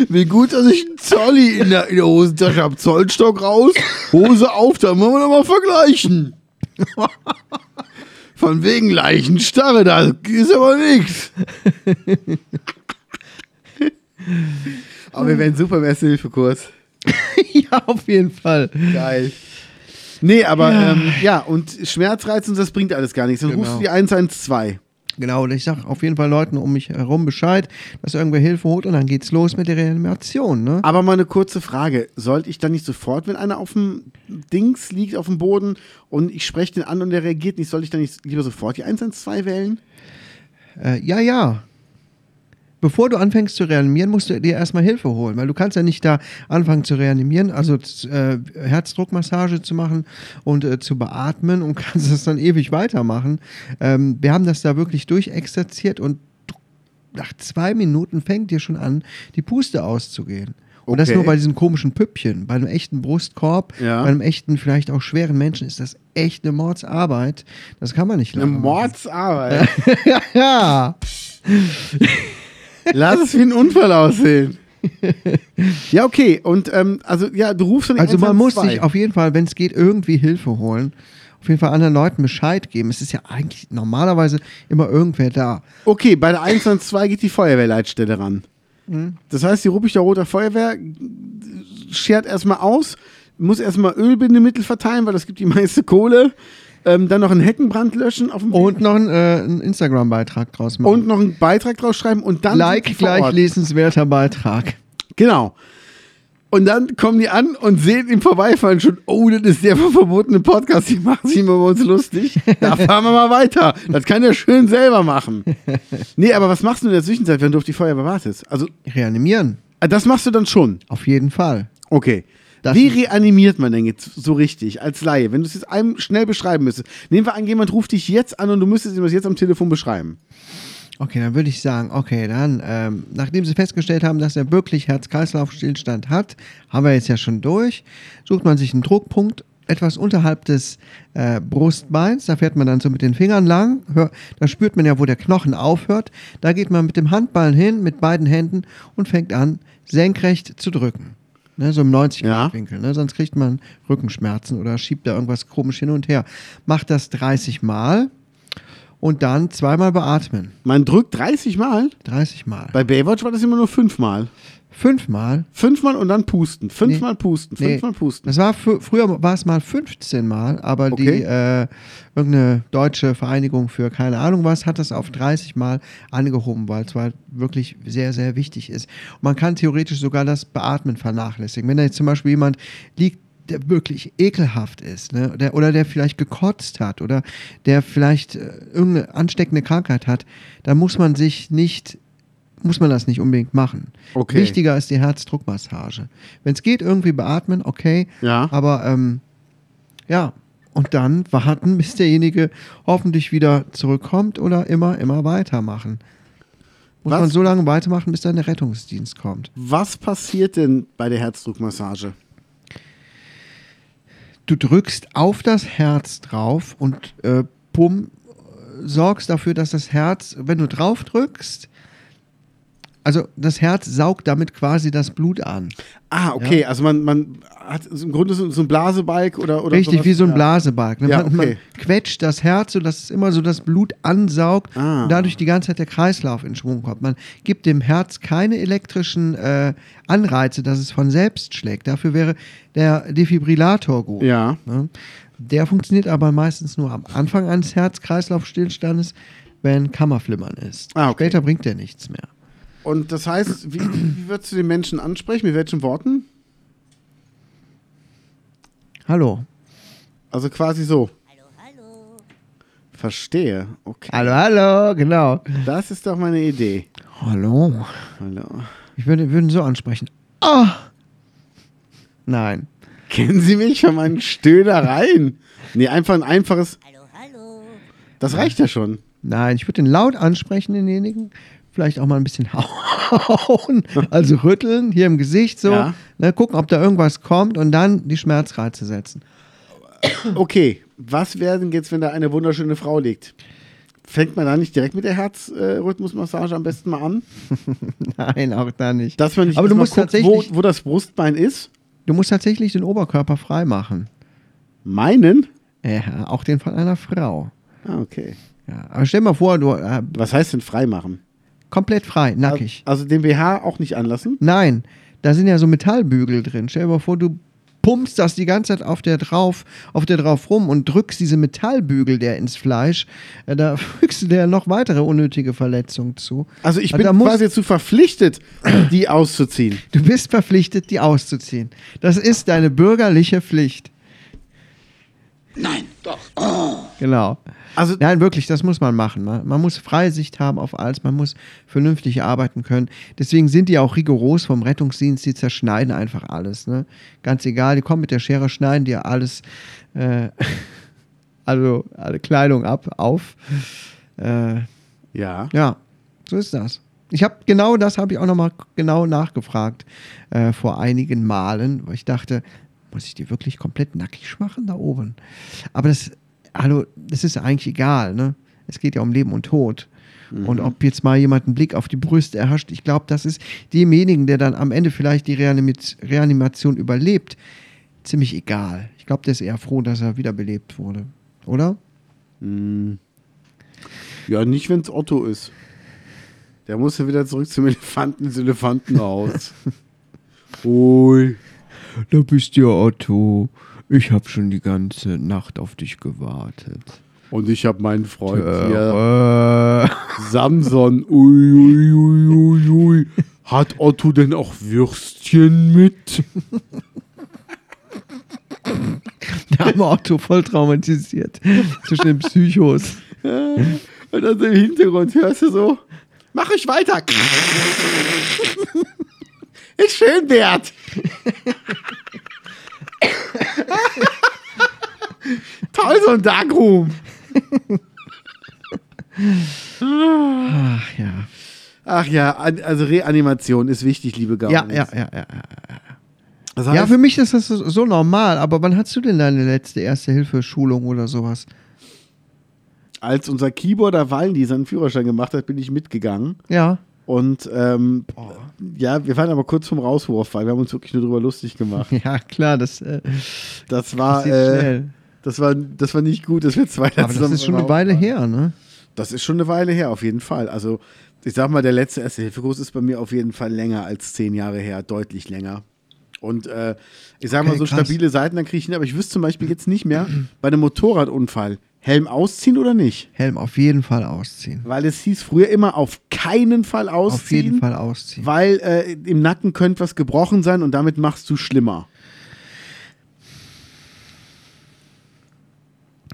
Speaker 2: Wie gut, dass ich einen Zolli in der, in der Hosentasche habe. Zollstock raus, Hose auf, dann wollen wir doch mal vergleichen. Von wegen Leichenstarre, da ist aber nichts. Aber wir werden super im ersten Hilfekurs.
Speaker 1: ja, auf jeden Fall.
Speaker 2: Geil. Nee, aber ja, Genau. ähm, ja und Schmerzreiz und das bringt alles gar nichts. Dann rufst du die 112.
Speaker 1: Genau, und ich sage auf jeden Fall Leuten um mich herum Bescheid, dass irgendwer Hilfe holt und dann geht's los mit der Reanimation. Ne?
Speaker 2: Aber mal eine kurze Frage. Sollte ich dann nicht sofort, wenn einer auf dem Dings liegt, auf dem Boden und ich spreche den an und der reagiert nicht, sollte ich dann nicht lieber sofort die 112 wählen?
Speaker 1: Äh, ja, ja. Bevor du anfängst zu reanimieren, musst du dir erstmal Hilfe holen, weil du kannst ja nicht da anfangen zu reanimieren, also z- äh, Herzdruckmassage zu machen und äh, zu beatmen und kannst das dann ewig weitermachen. Ähm, wir haben das da wirklich durchexerziert und du- nach zwei Minuten fängt dir schon an, die Puste auszugehen. Und das
Speaker 2: Okay.
Speaker 1: nur bei diesen komischen Püppchen. Bei einem echten Brustkorb,
Speaker 2: Ja.
Speaker 1: bei einem echten, vielleicht auch schweren Menschen ist das echt eine Mordsarbeit. Das kann man nicht
Speaker 2: Eine
Speaker 1: lange machen.
Speaker 2: Mordsarbeit.
Speaker 1: Ja.
Speaker 2: Lass es wie ein Unfall aussehen. ja, okay. Und ähm, also ja, du rufst dann die
Speaker 1: Also man muss
Speaker 2: 112.
Speaker 1: sich auf jeden Fall, wenn es geht, irgendwie Hilfe holen. Auf jeden Fall anderen Leuten Bescheid geben. Es ist ja eigentlich normalerweise immer irgendwer da.
Speaker 2: Okay, bei der 112 geht die Feuerwehrleitstelle ran.
Speaker 1: Mhm.
Speaker 2: Das heißt, die Ruppig der Roter Feuerwehr schert erstmal aus, muss erstmal Ölbindemittel verteilen, weil das gibt die meiste Kohle. Ähm, dann noch einen Heckenbrand löschen auf dem
Speaker 1: Und noch einen, äh, einen Instagram-Beitrag draus machen.
Speaker 2: und noch einen Beitrag draus schreiben und dann sind die
Speaker 1: like
Speaker 2: vor
Speaker 1: gleich
Speaker 2: Ort.
Speaker 1: lesenswerter Beitrag.
Speaker 2: Genau. Und dann kommen die an und sehen im Vorbeifahren schon, oh, das ist der vom verbotenen Podcast, die machen sich immer über uns lustig. Da fahren wir mal weiter. Das kann der schön selber machen. Nee, aber was machst du in der Zwischenzeit, wenn du auf die Feuerwehr wartest? Also
Speaker 1: Reanimieren.
Speaker 2: Ah, Das machst du dann schon.
Speaker 1: Auf jeden Fall.
Speaker 2: Okay.
Speaker 1: Das
Speaker 2: Wie reanimiert man denn jetzt so richtig als Laie? Wenn du es jetzt einem schnell beschreiben müsstest. Nehmen wir an, jemand ruft dich jetzt an und du müsstest ihm das jetzt am Telefon beschreiben.
Speaker 1: Okay, dann würde ich sagen, okay, dann, ähm, nachdem sie festgestellt haben, dass er wirklich Herz-Kreislauf-Stillstand hat, haben wir jetzt ja schon durch, sucht man sich einen Druckpunkt etwas unterhalb des äh, Brustbeins, da fährt man dann so mit den Fingern lang, hör, da spürt man ja, wo der Knochen aufhört, da geht man mit dem Handballen hin, mit beiden Händen und fängt an, senkrecht zu drücken. Ne, so im 90-Grad-Winkel, ne? sonst kriegt man Rückenschmerzen oder schiebt da irgendwas komisch hin und her. Macht das 30 Mal und dann zweimal beatmen.
Speaker 2: Man drückt 30 Mal.
Speaker 1: 30 Mal.
Speaker 2: Bei Baywatch war das immer nur fünfmal.
Speaker 1: Fünfmal?
Speaker 2: Fünfmal und dann pusten. Fünfmal pusten.
Speaker 1: Nee.
Speaker 2: Fünfmal pusten.
Speaker 1: Das war fr früher war es mal 15 Mal, aber die
Speaker 2: Okay.
Speaker 1: äh, irgendeine deutsche Vereinigung für keine Ahnung was hat das auf 30 Mal angehoben, weil es halt wirklich sehr, sehr wichtig ist. Und man kann theoretisch sogar das Beatmen vernachlässigen. Wenn da jetzt zum Beispiel jemand liegt, der wirklich ekelhaft ist, ne? der, oder der vielleicht gekotzt hat oder der vielleicht äh, irgendeine ansteckende Krankheit hat, dann muss man sich nicht muss man das nicht unbedingt machen.
Speaker 2: Okay.
Speaker 1: Wichtiger ist die Herzdruckmassage. Wenn es geht, irgendwie beatmen, okay.
Speaker 2: Ja.
Speaker 1: Aber ähm, ja, und dann warten, bis derjenige hoffentlich wieder zurückkommt oder immer, immer weitermachen. Muss
Speaker 2: Was?
Speaker 1: man so lange weitermachen, bis dann der Rettungsdienst kommt.
Speaker 2: Was passiert denn bei der Herzdruckmassage?
Speaker 1: du drückst auf das Herz drauf und äh, pum, äh, sorgst dafür, dass das Herz, wenn du drauf drückst, also das Herz saugt damit quasi das Blut an.
Speaker 2: Ah, okay. Also man, man hat so im Grunde so, so ein Blasebalg oder, oder
Speaker 1: Richtig,
Speaker 2: sowas.
Speaker 1: wie so ein
Speaker 2: Ja.
Speaker 1: Blasebalg. Ne?
Speaker 2: Ja,
Speaker 1: man, man
Speaker 2: okay.
Speaker 1: quetscht das Herz, sodass es immer so das Blut ansaugt
Speaker 2: Ah.
Speaker 1: und dadurch die ganze Zeit der Kreislauf in Schwung kommt. Man gibt dem Herz keine elektrischen äh, Anreize, dass es von selbst schlägt. Dafür wäre der Defibrillator gut.
Speaker 2: Ja.
Speaker 1: Ne? Der funktioniert aber meistens nur am Anfang eines Herz-Kreislauf-Stillstandes, wenn Kammerflimmern ist.
Speaker 2: Ah, okay.
Speaker 1: Später bringt der nichts mehr.
Speaker 2: Und das heißt, wie, wie würdest du den Menschen ansprechen? Mit welchen Worten?
Speaker 1: Hallo.
Speaker 2: Also quasi so.
Speaker 4: Hallo, hallo.
Speaker 2: Verstehe. Okay.
Speaker 1: Hallo, hallo, genau.
Speaker 2: Das ist doch meine Idee.
Speaker 1: Hallo.
Speaker 2: Hallo.
Speaker 1: Ich würde, würde ihn so ansprechen. Ah! Nein.
Speaker 2: Kennen Sie mich von meinen Stöhnereien? Nee, einfach ein einfaches.
Speaker 4: Hallo, hallo.
Speaker 2: Das reicht ja schon.
Speaker 1: Nein, ich würde ihn laut ansprechen, denjenigen. Vielleicht auch mal ein bisschen hauen, also rütteln, hier im Gesicht so.
Speaker 2: Ja.
Speaker 1: Ne, gucken, ob da irgendwas kommt und dann die Schmerzreize setzen.
Speaker 2: Okay, was wäre denn jetzt, wenn da eine wunderschöne Frau liegt? Fängt man da nicht direkt mit der Herzrhythmusmassage am besten mal an?
Speaker 1: Nein, auch da nicht.
Speaker 2: Dass man nicht
Speaker 1: Aber du
Speaker 2: erst mal
Speaker 1: musst
Speaker 2: guckt,
Speaker 1: tatsächlich,
Speaker 2: wo, wo das Brustbein ist?
Speaker 1: du musst tatsächlich den Oberkörper freimachen.
Speaker 2: Meinen?
Speaker 1: Ja, auch den von einer Frau.
Speaker 2: Ah, okay.
Speaker 1: Ja, aber stell mal vor, du äh,
Speaker 2: Was heißt denn freimachen?
Speaker 1: komplett frei, nackig.
Speaker 2: Also den BH auch nicht anlassen?
Speaker 1: Nein, da sind ja so Metallbügel drin. Stell dir mal vor, du pumpst das die ganze Zeit auf der drauf, auf der drauf rum und drückst diese Metallbügel der ins Fleisch. Äh, da fügst du dir noch weitere unnötige Verletzungen zu.
Speaker 2: Also ich
Speaker 1: Also
Speaker 2: bin
Speaker 1: da muss-
Speaker 2: quasi dazu verpflichtet, die auszuziehen.
Speaker 1: Du bist verpflichtet, die auszuziehen. Das ist deine bürgerliche Pflicht.
Speaker 4: Nein, doch.
Speaker 1: Genau.
Speaker 2: Also
Speaker 1: Nein, wirklich, das muss man machen. Man, man muss Freisicht haben auf alles, man muss vernünftig arbeiten können. Deswegen sind die auch rigoros vom Rettungsdienst, die zerschneiden einfach alles. Ne? Ganz egal, die kommen mit der Schere, schneiden dir alles, äh, also alle Kleidung ab, auf. Äh,
Speaker 2: ja.
Speaker 1: ja, so ist das. Ich habe genau das habe ich auch nochmal genau nachgefragt äh, vor einigen Malen, weil ich dachte, muss ich die wirklich komplett nackig machen da oben? Aber das, hallo, das ist eigentlich egal, ne? Es geht ja um Leben und Tod. Und ob jetzt mal jemand einen Blick auf die Brüste erhascht, ich glaube, das ist demjenigen, der dann am Ende vielleicht die Reanimit- Reanimation überlebt, ziemlich egal. Ich glaube, der ist eher froh, dass er wiederbelebt wurde, oder?
Speaker 2: Ja, nicht, wenn es Otto ist. Der muss ja wieder zurück zum Elefanten, ins Elefantenhaus. Ui.
Speaker 1: Da bist ja Otto. Ich habe schon die ganze Nacht auf dich gewartet.
Speaker 2: Und ich habe meinen Freund hier.
Speaker 1: Ja. Äh,
Speaker 2: Samson. Ui, ui, ui, ui, ui. Hat Otto denn auch Würstchen mit?
Speaker 1: da haben wir Otto voll traumatisiert. Zwischen den Psychos.
Speaker 2: Und dann so im Hintergrund hörst du so: Mach ich weiter. Ist schön, Bert. Also ein Darkroom.
Speaker 1: Ach ja.
Speaker 2: Ach ja, an- also Reanimation ist wichtig, liebe Gaunis.
Speaker 1: Ja, ja, ja, ja. ja.
Speaker 2: Das
Speaker 1: Ja,
Speaker 2: heißt,
Speaker 1: für mich ist das so- so normal, aber wann hast du denn deine letzte Erste-Hilfe-Schulung oder sowas?
Speaker 2: als unser Keyboarder Waldi seinen Führerschein gemacht hat, bin ich mitgegangen.
Speaker 1: Ja.
Speaker 2: Und ähm, ja, wir waren aber kurz vom Rauswurf, weil wir haben uns wirklich nur drüber lustig gemacht.
Speaker 1: Ja, klar, das äh,
Speaker 2: Das war,
Speaker 1: passiert
Speaker 2: äh,
Speaker 1: schnell.
Speaker 2: das war, das war nicht gut, dass wir zwei da
Speaker 1: Aber Ah, das
Speaker 2: zusammen
Speaker 1: ist schon eine
Speaker 2: drauf
Speaker 1: Weile
Speaker 2: waren.
Speaker 1: her, ne?
Speaker 2: Das ist schon eine Weile her, auf jeden Fall. Also, ich sag mal, der letzte Erste-Hilfe-Kurs ist bei mir auf jeden Fall länger als zehn Jahre her, deutlich länger. Und äh, ich sag mal,
Speaker 1: Okay,
Speaker 2: so
Speaker 1: krass.
Speaker 2: stabile Seiten, dann kriege ich hin. Aber ich wüsste zum Beispiel jetzt nicht mehr, bei einem Motorradunfall, Helm ausziehen oder nicht?
Speaker 1: Helm auf jeden Fall ausziehen.
Speaker 2: Weil es hieß früher immer, auf keinen Fall ausziehen.
Speaker 1: Auf jeden Fall ausziehen.
Speaker 2: Weil äh, im Nacken könnte was gebrochen sein und damit machst du schlimmer.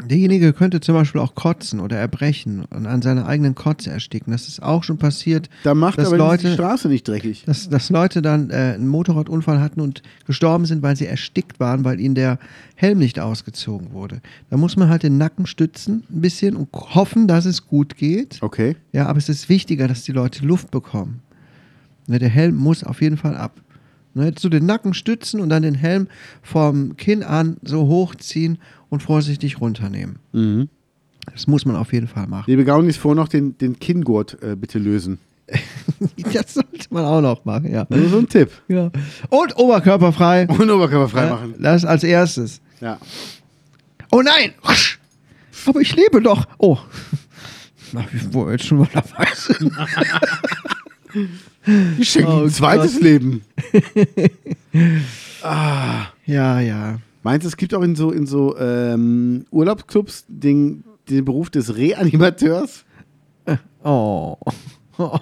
Speaker 1: Derjenige könnte zum Beispiel auch kotzen oder erbrechen und an seiner eigenen Kotze ersticken. Das ist auch schon passiert.
Speaker 2: Da macht
Speaker 1: dass
Speaker 2: aber die
Speaker 1: Leute,
Speaker 2: Straße nicht dreckig.
Speaker 1: dass, dass Leute dann äh, einen Motorradunfall hatten und gestorben sind, weil sie erstickt waren, weil ihnen der Helm nicht ausgezogen wurde. Da muss man halt den Nacken stützen ein bisschen und hoffen, dass es gut geht.
Speaker 2: Okay.
Speaker 1: Ja, aber es ist wichtiger, dass die Leute Luft bekommen. Ne, der Helm muss auf jeden Fall ab. Ne, zu den Nacken stützen und dann den Helm vom Kinn an so hochziehen und vorsichtig runternehmen. Das muss man auf jeden Fall machen.
Speaker 2: Liebe Gaunis, vor noch den, den Kinngurt äh, bitte lösen.
Speaker 1: Das sollte man auch noch machen, ja.
Speaker 2: Nur so ein Tipp.
Speaker 1: ja. Und oberkörperfrei.
Speaker 2: Und Oberkörper freimachen.
Speaker 1: Das als erstes.
Speaker 2: Ja.
Speaker 1: Oh nein! Husch! Aber ich lebe doch! Oh. Na, wo wir jetzt schon mal dabei sind.
Speaker 2: Ich schenke
Speaker 1: Oh
Speaker 2: ihm ein zweites
Speaker 1: Gott.
Speaker 2: Leben.
Speaker 1: Ja, ja.
Speaker 2: Meinst du, es gibt auch in so, in so ähm, Urlaubsclubs den, den Beruf des Reanimateurs?
Speaker 1: Oh. Oh,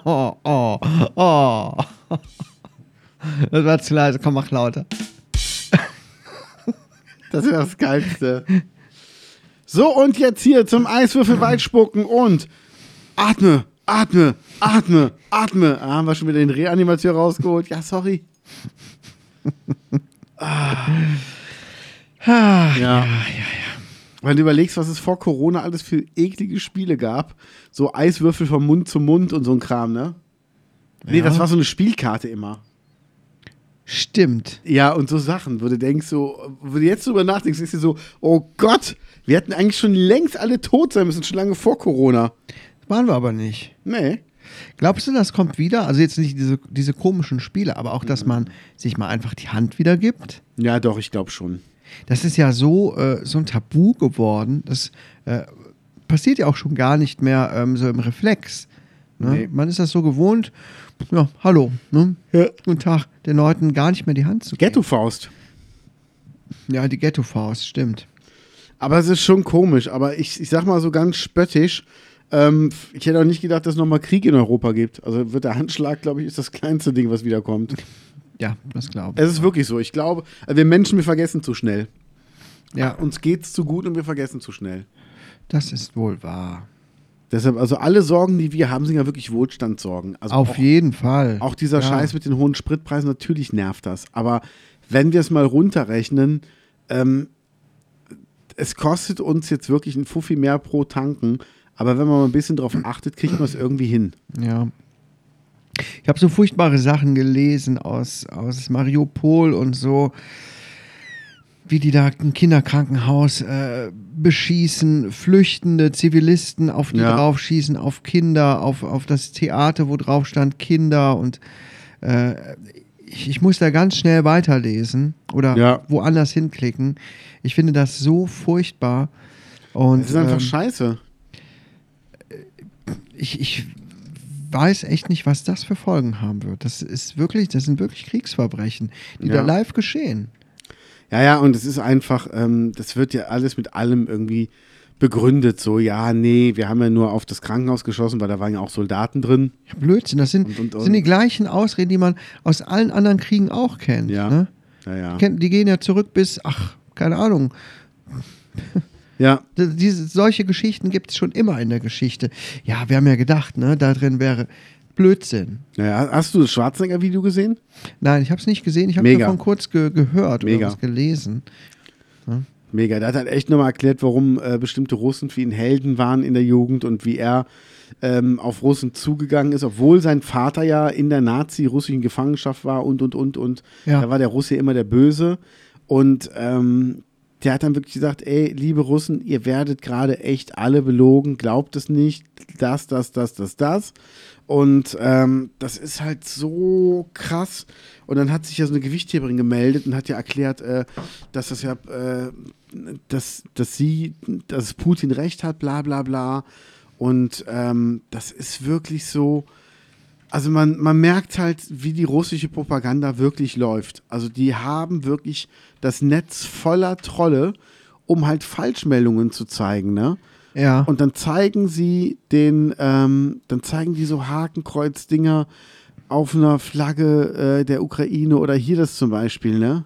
Speaker 1: oh, oh, oh. Das war zu leise. Komm, mach lauter.
Speaker 2: Das wäre das Geilste. So, und jetzt hier zum Eiswürfel weitspucken und atme, atme, atme, atme. Ah, haben wir schon wieder den Reanimateur rausgeholt. Ja, sorry.
Speaker 1: Ha.
Speaker 2: Ah. Ja. Wenn du überlegst, was es vor Corona alles für eklige Spiele gab, so Eiswürfel vom Mund zu Mund und so ein Kram, ne? Nee,
Speaker 1: Ja.
Speaker 2: das war so eine Spielkarte immer.
Speaker 1: Stimmt.
Speaker 2: Ja, und so Sachen, wo du denkst, so, wo du jetzt drüber nachdenkst, ist dir so, oh Gott, wir hätten eigentlich schon längst alle tot sein müssen, schon lange vor Corona.
Speaker 1: Waren wir aber nicht.
Speaker 2: Nee.
Speaker 1: Glaubst du, das kommt wieder? Also jetzt nicht diese, diese komischen Spiele, aber auch, dass
Speaker 2: Mhm.
Speaker 1: man sich mal einfach die Hand wieder gibt.
Speaker 2: Ja, doch, ich glaube schon.
Speaker 1: Das ist ja so, äh, so ein Tabu geworden. Das äh, passiert ja auch schon gar nicht mehr ähm, so im Reflex. Ne?
Speaker 2: Nee.
Speaker 1: Man ist das so gewohnt. Ja, hallo. Ne?
Speaker 2: Ja.
Speaker 1: Guten Tag. Den Leuten gar nicht mehr die Hand zu geben.
Speaker 2: Ghetto-Faust.
Speaker 1: Ja, die Ghetto-Faust, stimmt.
Speaker 2: Aber es ist schon komisch, aber ich, ich sag mal so ganz spöttisch, ähm, ich hätte auch nicht gedacht, dass es nochmal Krieg in Europa gibt. Also wird der Handschlag, glaube ich, ist das kleinste Ding, was wiederkommt.
Speaker 1: Ja, das glaube
Speaker 2: Es ist wirklich so. Ich glaube, also wir Menschen, wir vergessen zu schnell.
Speaker 1: ich. Ja,
Speaker 2: Uns geht's zu gut Also und wir vergessen zu schnell.
Speaker 1: das ist wohl wahr.
Speaker 2: Deshalb, also alle Sorgen, die wir haben, sind ja wirklich Wohlstandssorgen. Also
Speaker 1: Auf
Speaker 2: auch,
Speaker 1: jeden Fall.
Speaker 2: auch dieser
Speaker 1: ja.
Speaker 2: Scheiß mit den hohen Spritpreisen, natürlich nervt das. Aber wenn wir es mal runterrechnen, ähm, es kostet uns jetzt wirklich ein Fuffi mehr pro Tanken. Aber wenn man mal ein bisschen drauf achtet, kriegt man es irgendwie hin.
Speaker 1: Ja. Ich habe so furchtbare Sachen gelesen aus, aus Mariupol und so, wie die da ein Kinderkrankenhaus äh, beschießen, flüchtende Zivilisten, auf die
Speaker 2: Ja.
Speaker 1: draufschießen, auf Kinder, auf, auf das Theater, wo drauf stand Kinder und äh, ich, ich muss da ganz schnell weiterlesen oder
Speaker 2: Ja.
Speaker 1: woanders hinklicken. Ich finde das so furchtbar. Und,
Speaker 2: Es ist einfach
Speaker 1: ähm,
Speaker 2: scheiße.
Speaker 1: ich, ich weiß echt nicht, was das für Folgen haben wird. Das ist wirklich, das sind wirklich Kriegsverbrechen, die
Speaker 2: Ja.
Speaker 1: da live geschehen.
Speaker 2: Ja, ja, und es ist einfach, ähm, das wird ja alles mit allem irgendwie begründet. So, ja, nee, wir haben ja nur auf das Krankenhaus geschossen, weil da waren ja auch Soldaten drin.
Speaker 1: Ja, Blödsinn, das sind,
Speaker 2: Und, und, und.
Speaker 1: sind die gleichen Ausreden, die man aus allen anderen Kriegen auch kennt.
Speaker 2: Ja.
Speaker 1: Ne?
Speaker 2: Ja, ja.
Speaker 1: Die kennen- Die gehen ja zurück bis, ach, keine Ahnung.
Speaker 2: Ja,
Speaker 1: D- Diese, solche Geschichten gibt es schon immer in der Geschichte. Ja, wir haben ja gedacht, ne, da drin wäre Blödsinn.
Speaker 2: ja, ja. Hast du das Schwarzenegger-Video gesehen?
Speaker 1: Nein, ich habe es nicht gesehen, ich habe
Speaker 2: Mega.
Speaker 1: davon kurz ge gehört
Speaker 2: Mega.
Speaker 1: oder was gelesen.
Speaker 2: Mega. Da hat halt echt nochmal erklärt, warum äh, bestimmte Russen für ihn Helden waren in der Jugend und wie er ähm, auf Russen zugegangen ist, obwohl sein Vater ja in der Nazi-russischen Gefangenschaft war und, und, und, und.
Speaker 1: Ja.
Speaker 2: Da war der Russe immer der Böse. Und ähm, der hat dann wirklich gesagt, ey, liebe Russen, ihr werdet gerade echt alle belogen, glaubt es nicht, das, das, das, das, das. Und ähm, das ist halt so krass. Und dann hat sich ja so eine Gewichtheberin gemeldet und hat ja erklärt, äh, dass das ja, äh, dass, dass sie, dass Putin recht hat, bla bla bla. Und ähm, das ist wirklich so, also man, man merkt halt, wie die russische Propaganda wirklich läuft. Also die haben wirklich das Netz voller Trolle, um halt Falschmeldungen zu zeigen, ne?
Speaker 1: Ja.
Speaker 2: Und dann zeigen sie den, ähm, dann zeigen die so Hakenkreuz-Dinger auf einer Flagge äh, der Ukraine oder hier das zum Beispiel, ne?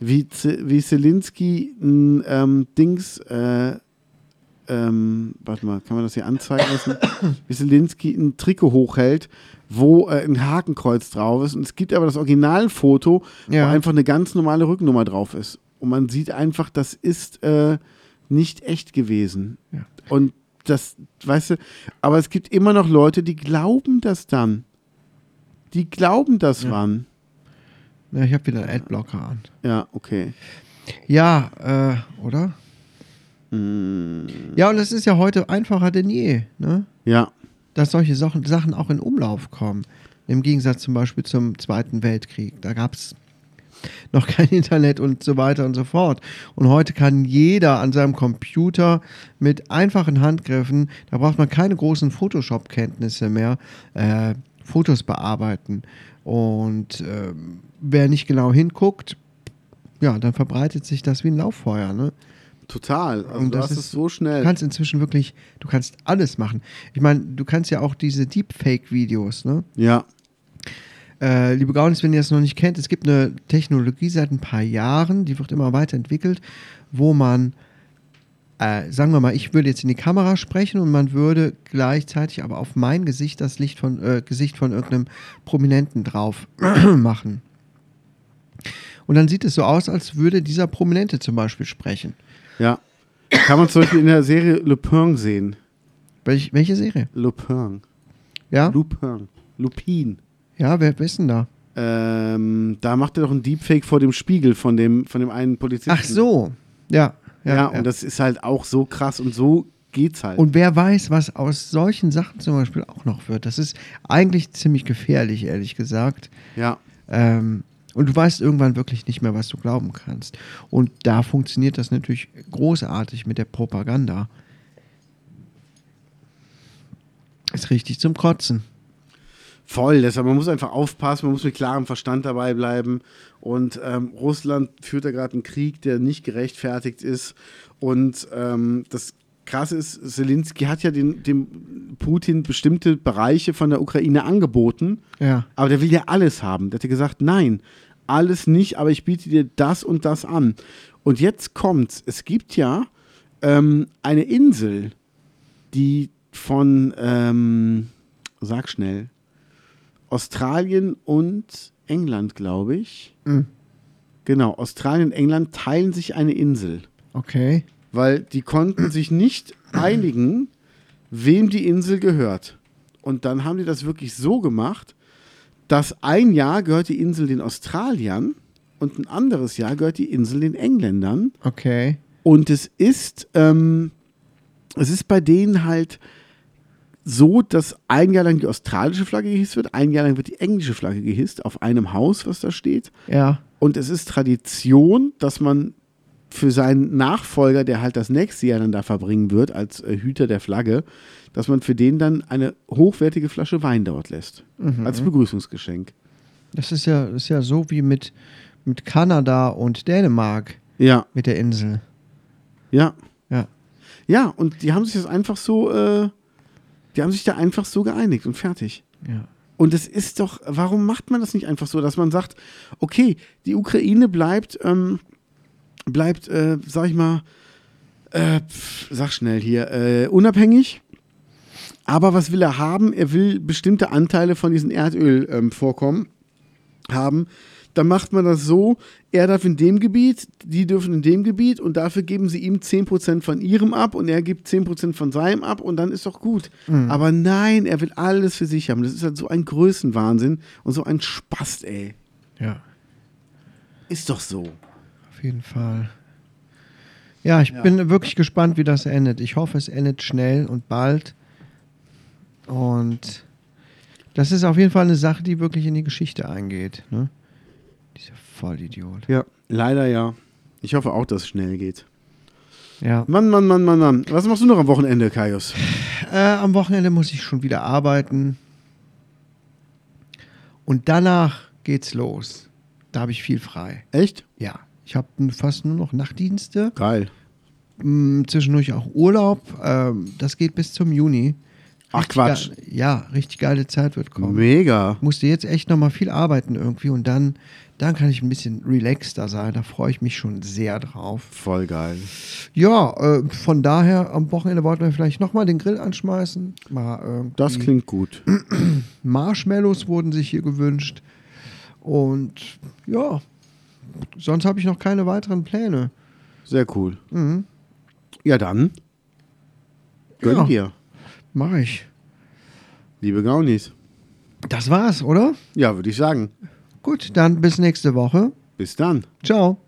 Speaker 2: Wie, Ze- wie Zelensky ein ähm, Dings, äh, ähm, warte mal, kann man das hier anzeigen lassen? Wie Zelensky ein Trikot hochhält, wo äh, ein Hakenkreuz drauf ist. Und es gibt aber das Originalfoto,
Speaker 1: Ja.
Speaker 2: wo einfach eine ganz normale Rückennummer drauf ist. Und man sieht einfach, das ist äh, nicht echt gewesen.
Speaker 1: Ja.
Speaker 2: Und das, weißt du, aber es gibt immer noch Leute, die glauben das dann. Die glauben das dann.
Speaker 1: ja ich habe wieder einen Adblocker an.
Speaker 2: Ja, okay.
Speaker 1: Ja, äh, oder? Ja, und es ist ja heute einfacher denn je, ne?
Speaker 2: Ja,
Speaker 1: dass solche Sachen, Sachen auch in Umlauf kommen. Im Gegensatz zum Beispiel zum Zweiten Weltkrieg. Da gab es noch kein Internet und so weiter und so fort. Und heute kann jeder an seinem Computer mit einfachen Handgriffen, da braucht man keine großen Photoshop-Kenntnisse mehr, äh, Fotos bearbeiten. Und ähm, wer nicht genau hinguckt, ja, dann verbreitet sich das wie ein Lauffeuer. Ne?
Speaker 2: total. Also
Speaker 1: Und
Speaker 2: das,
Speaker 1: das
Speaker 2: ist,
Speaker 1: ist-
Speaker 2: so schnell.
Speaker 1: Du kannst inzwischen wirklich, du kannst alles machen. Ich meine, du kannst ja auch diese Deepfake-Videos, ne?
Speaker 2: ja,
Speaker 1: Äh, liebe Gaunis, wenn ihr das noch nicht kennt, es gibt eine Technologie seit ein paar Jahren, die wird immer weiterentwickelt, wo man, äh, sagen wir mal, ich würde jetzt in die Kamera sprechen und man würde gleichzeitig aber auf mein Gesicht das Licht von, äh, Gesicht von irgendeinem Prominenten drauf machen. Und dann sieht es so aus, als würde dieser Prominente zum Beispiel sprechen.
Speaker 2: ja. Kann man zum Beispiel in der Serie Lupin sehen.
Speaker 1: Welch, welche Serie?
Speaker 2: Lupin.
Speaker 1: Ja?
Speaker 2: Lupin. Lupin.
Speaker 1: Ja, wer, wer ist denn da?
Speaker 2: Ähm, da macht er doch einen Deepfake vor dem Spiegel von dem, von dem einen Polizisten.
Speaker 1: Ach so. Ja.
Speaker 2: Ja, und das ist halt auch so krass und so geht's halt.
Speaker 1: Und wer weiß, was aus solchen Sachen zum Beispiel auch noch wird. Das ist eigentlich ziemlich gefährlich, ehrlich gesagt.
Speaker 2: ja.
Speaker 1: Ähm, und du weißt irgendwann wirklich nicht mehr, was du glauben kannst. Und da funktioniert das natürlich großartig mit der Propaganda. Ist richtig zum Kotzen.
Speaker 2: Voll, deshalb, man muss einfach aufpassen, man muss mit klarem Verstand dabei bleiben. Und ähm, Russland führt da gerade einen Krieg, der nicht gerechtfertigt ist. Und ähm, das Krasse ist, Zelensky hat ja den, dem Putin bestimmte Bereiche von der Ukraine angeboten.
Speaker 1: Ja.
Speaker 2: Aber der will ja alles haben. Der hat ja gesagt, nein, alles nicht, aber ich biete dir das und das an. Und jetzt kommt's. Es gibt ja ähm, eine Insel, die von, ähm, sag schnell, Australien und England, glaube ich. Genau, Australien und England teilen sich eine Insel
Speaker 1: Okay.
Speaker 2: weil die konnten sich nicht einigen, wem die Insel gehört. Und dann haben die das wirklich so gemacht, dass ein Jahr gehört die Insel den Australiern und ein anderes Jahr gehört die Insel den Engländern.
Speaker 1: Okay.
Speaker 2: Und es ist, ähm, es ist bei denen halt so, dass ein Jahr lang die australische Flagge gehisst wird, ein Jahr lang wird die englische Flagge gehisst auf einem Haus, was da steht.
Speaker 1: Ja.
Speaker 2: Und es ist Tradition, dass man für seinen Nachfolger, der halt das nächste Jahr dann da verbringen wird, als äh, Hüter der Flagge, dass man für den dann eine hochwertige Flasche Wein dort lässt. Als Begrüßungsgeschenk.
Speaker 1: Das ist ja, das ist ja so wie mit, mit Kanada und Dänemark
Speaker 2: Ja,
Speaker 1: mit der Insel.
Speaker 2: ja.
Speaker 1: Ja.
Speaker 2: Ja, und die haben sich das einfach so, äh, die haben sich da einfach so geeinigt und fertig.
Speaker 1: Ja.
Speaker 2: Und es ist doch, warum macht man das nicht einfach so, dass man sagt, okay, die Ukraine bleibt, ähm, bleibt, äh, sag ich mal, äh, pf, sag schnell hier, äh, unabhängig. Aber was will er haben? Er will bestimmte Anteile von diesen Erdölvorkommen ähm, Vorkommen haben, dann macht man das so, er darf in dem Gebiet, die dürfen in dem Gebiet und dafür geben sie ihm 10% von ihrem ab und er gibt 10% von seinem ab und dann ist doch gut. Aber nein, er will alles für sich haben. Das ist halt so ein Größenwahnsinn und so ein Spaß, ey.
Speaker 1: Ja,
Speaker 2: Ist doch so.
Speaker 1: auf jeden Fall. Ja, ich bin wirklich gespannt, wie das endet. Ich hoffe, es endet schnell und bald. Und das ist auf jeden Fall eine Sache, die wirklich in die Geschichte eingeht. Ne? Dieser Vollidiot.
Speaker 2: Ja, leider ja. Ich hoffe auch, dass es schnell geht.
Speaker 1: Ja.
Speaker 2: Mann, Mann, Mann, Mann, Mann. Was machst du noch am Wochenende, Kaius?
Speaker 1: Äh, am Wochenende muss ich schon wieder arbeiten. Und danach geht's los. Da habe ich viel frei.
Speaker 2: Echt?
Speaker 1: Ja. Ich habe fast nur noch Nachtdienste.
Speaker 2: Geil.
Speaker 1: Mm, zwischendurch auch Urlaub. Ähm, das geht bis zum Juni.
Speaker 2: Ach,
Speaker 1: Richtig
Speaker 2: Quatsch.
Speaker 1: ge- Ja, richtig geile Zeit wird kommen.
Speaker 2: Mega.
Speaker 1: Musste jetzt echt nochmal viel arbeiten irgendwie und dann, dann kann ich ein bisschen relaxter sein. Da freue ich mich schon sehr drauf.
Speaker 2: Voll geil.
Speaker 1: Ja, äh, von daher am Wochenende wollten wir vielleicht nochmal den Grill anschmeißen. Mal irgendwie-
Speaker 2: Das klingt gut.
Speaker 1: Marshmallows wurden sich hier gewünscht. Und ja, sonst habe ich noch keine weiteren Pläne.
Speaker 2: Sehr cool. Ja, dann. Gönn
Speaker 1: Ja.
Speaker 2: dir,
Speaker 1: Mache ich.
Speaker 2: liebe Gaunis.
Speaker 1: Das war's, oder?
Speaker 2: Ja, würde ich sagen.
Speaker 1: Gut, dann bis nächste Woche.
Speaker 2: Bis dann.
Speaker 1: Ciao.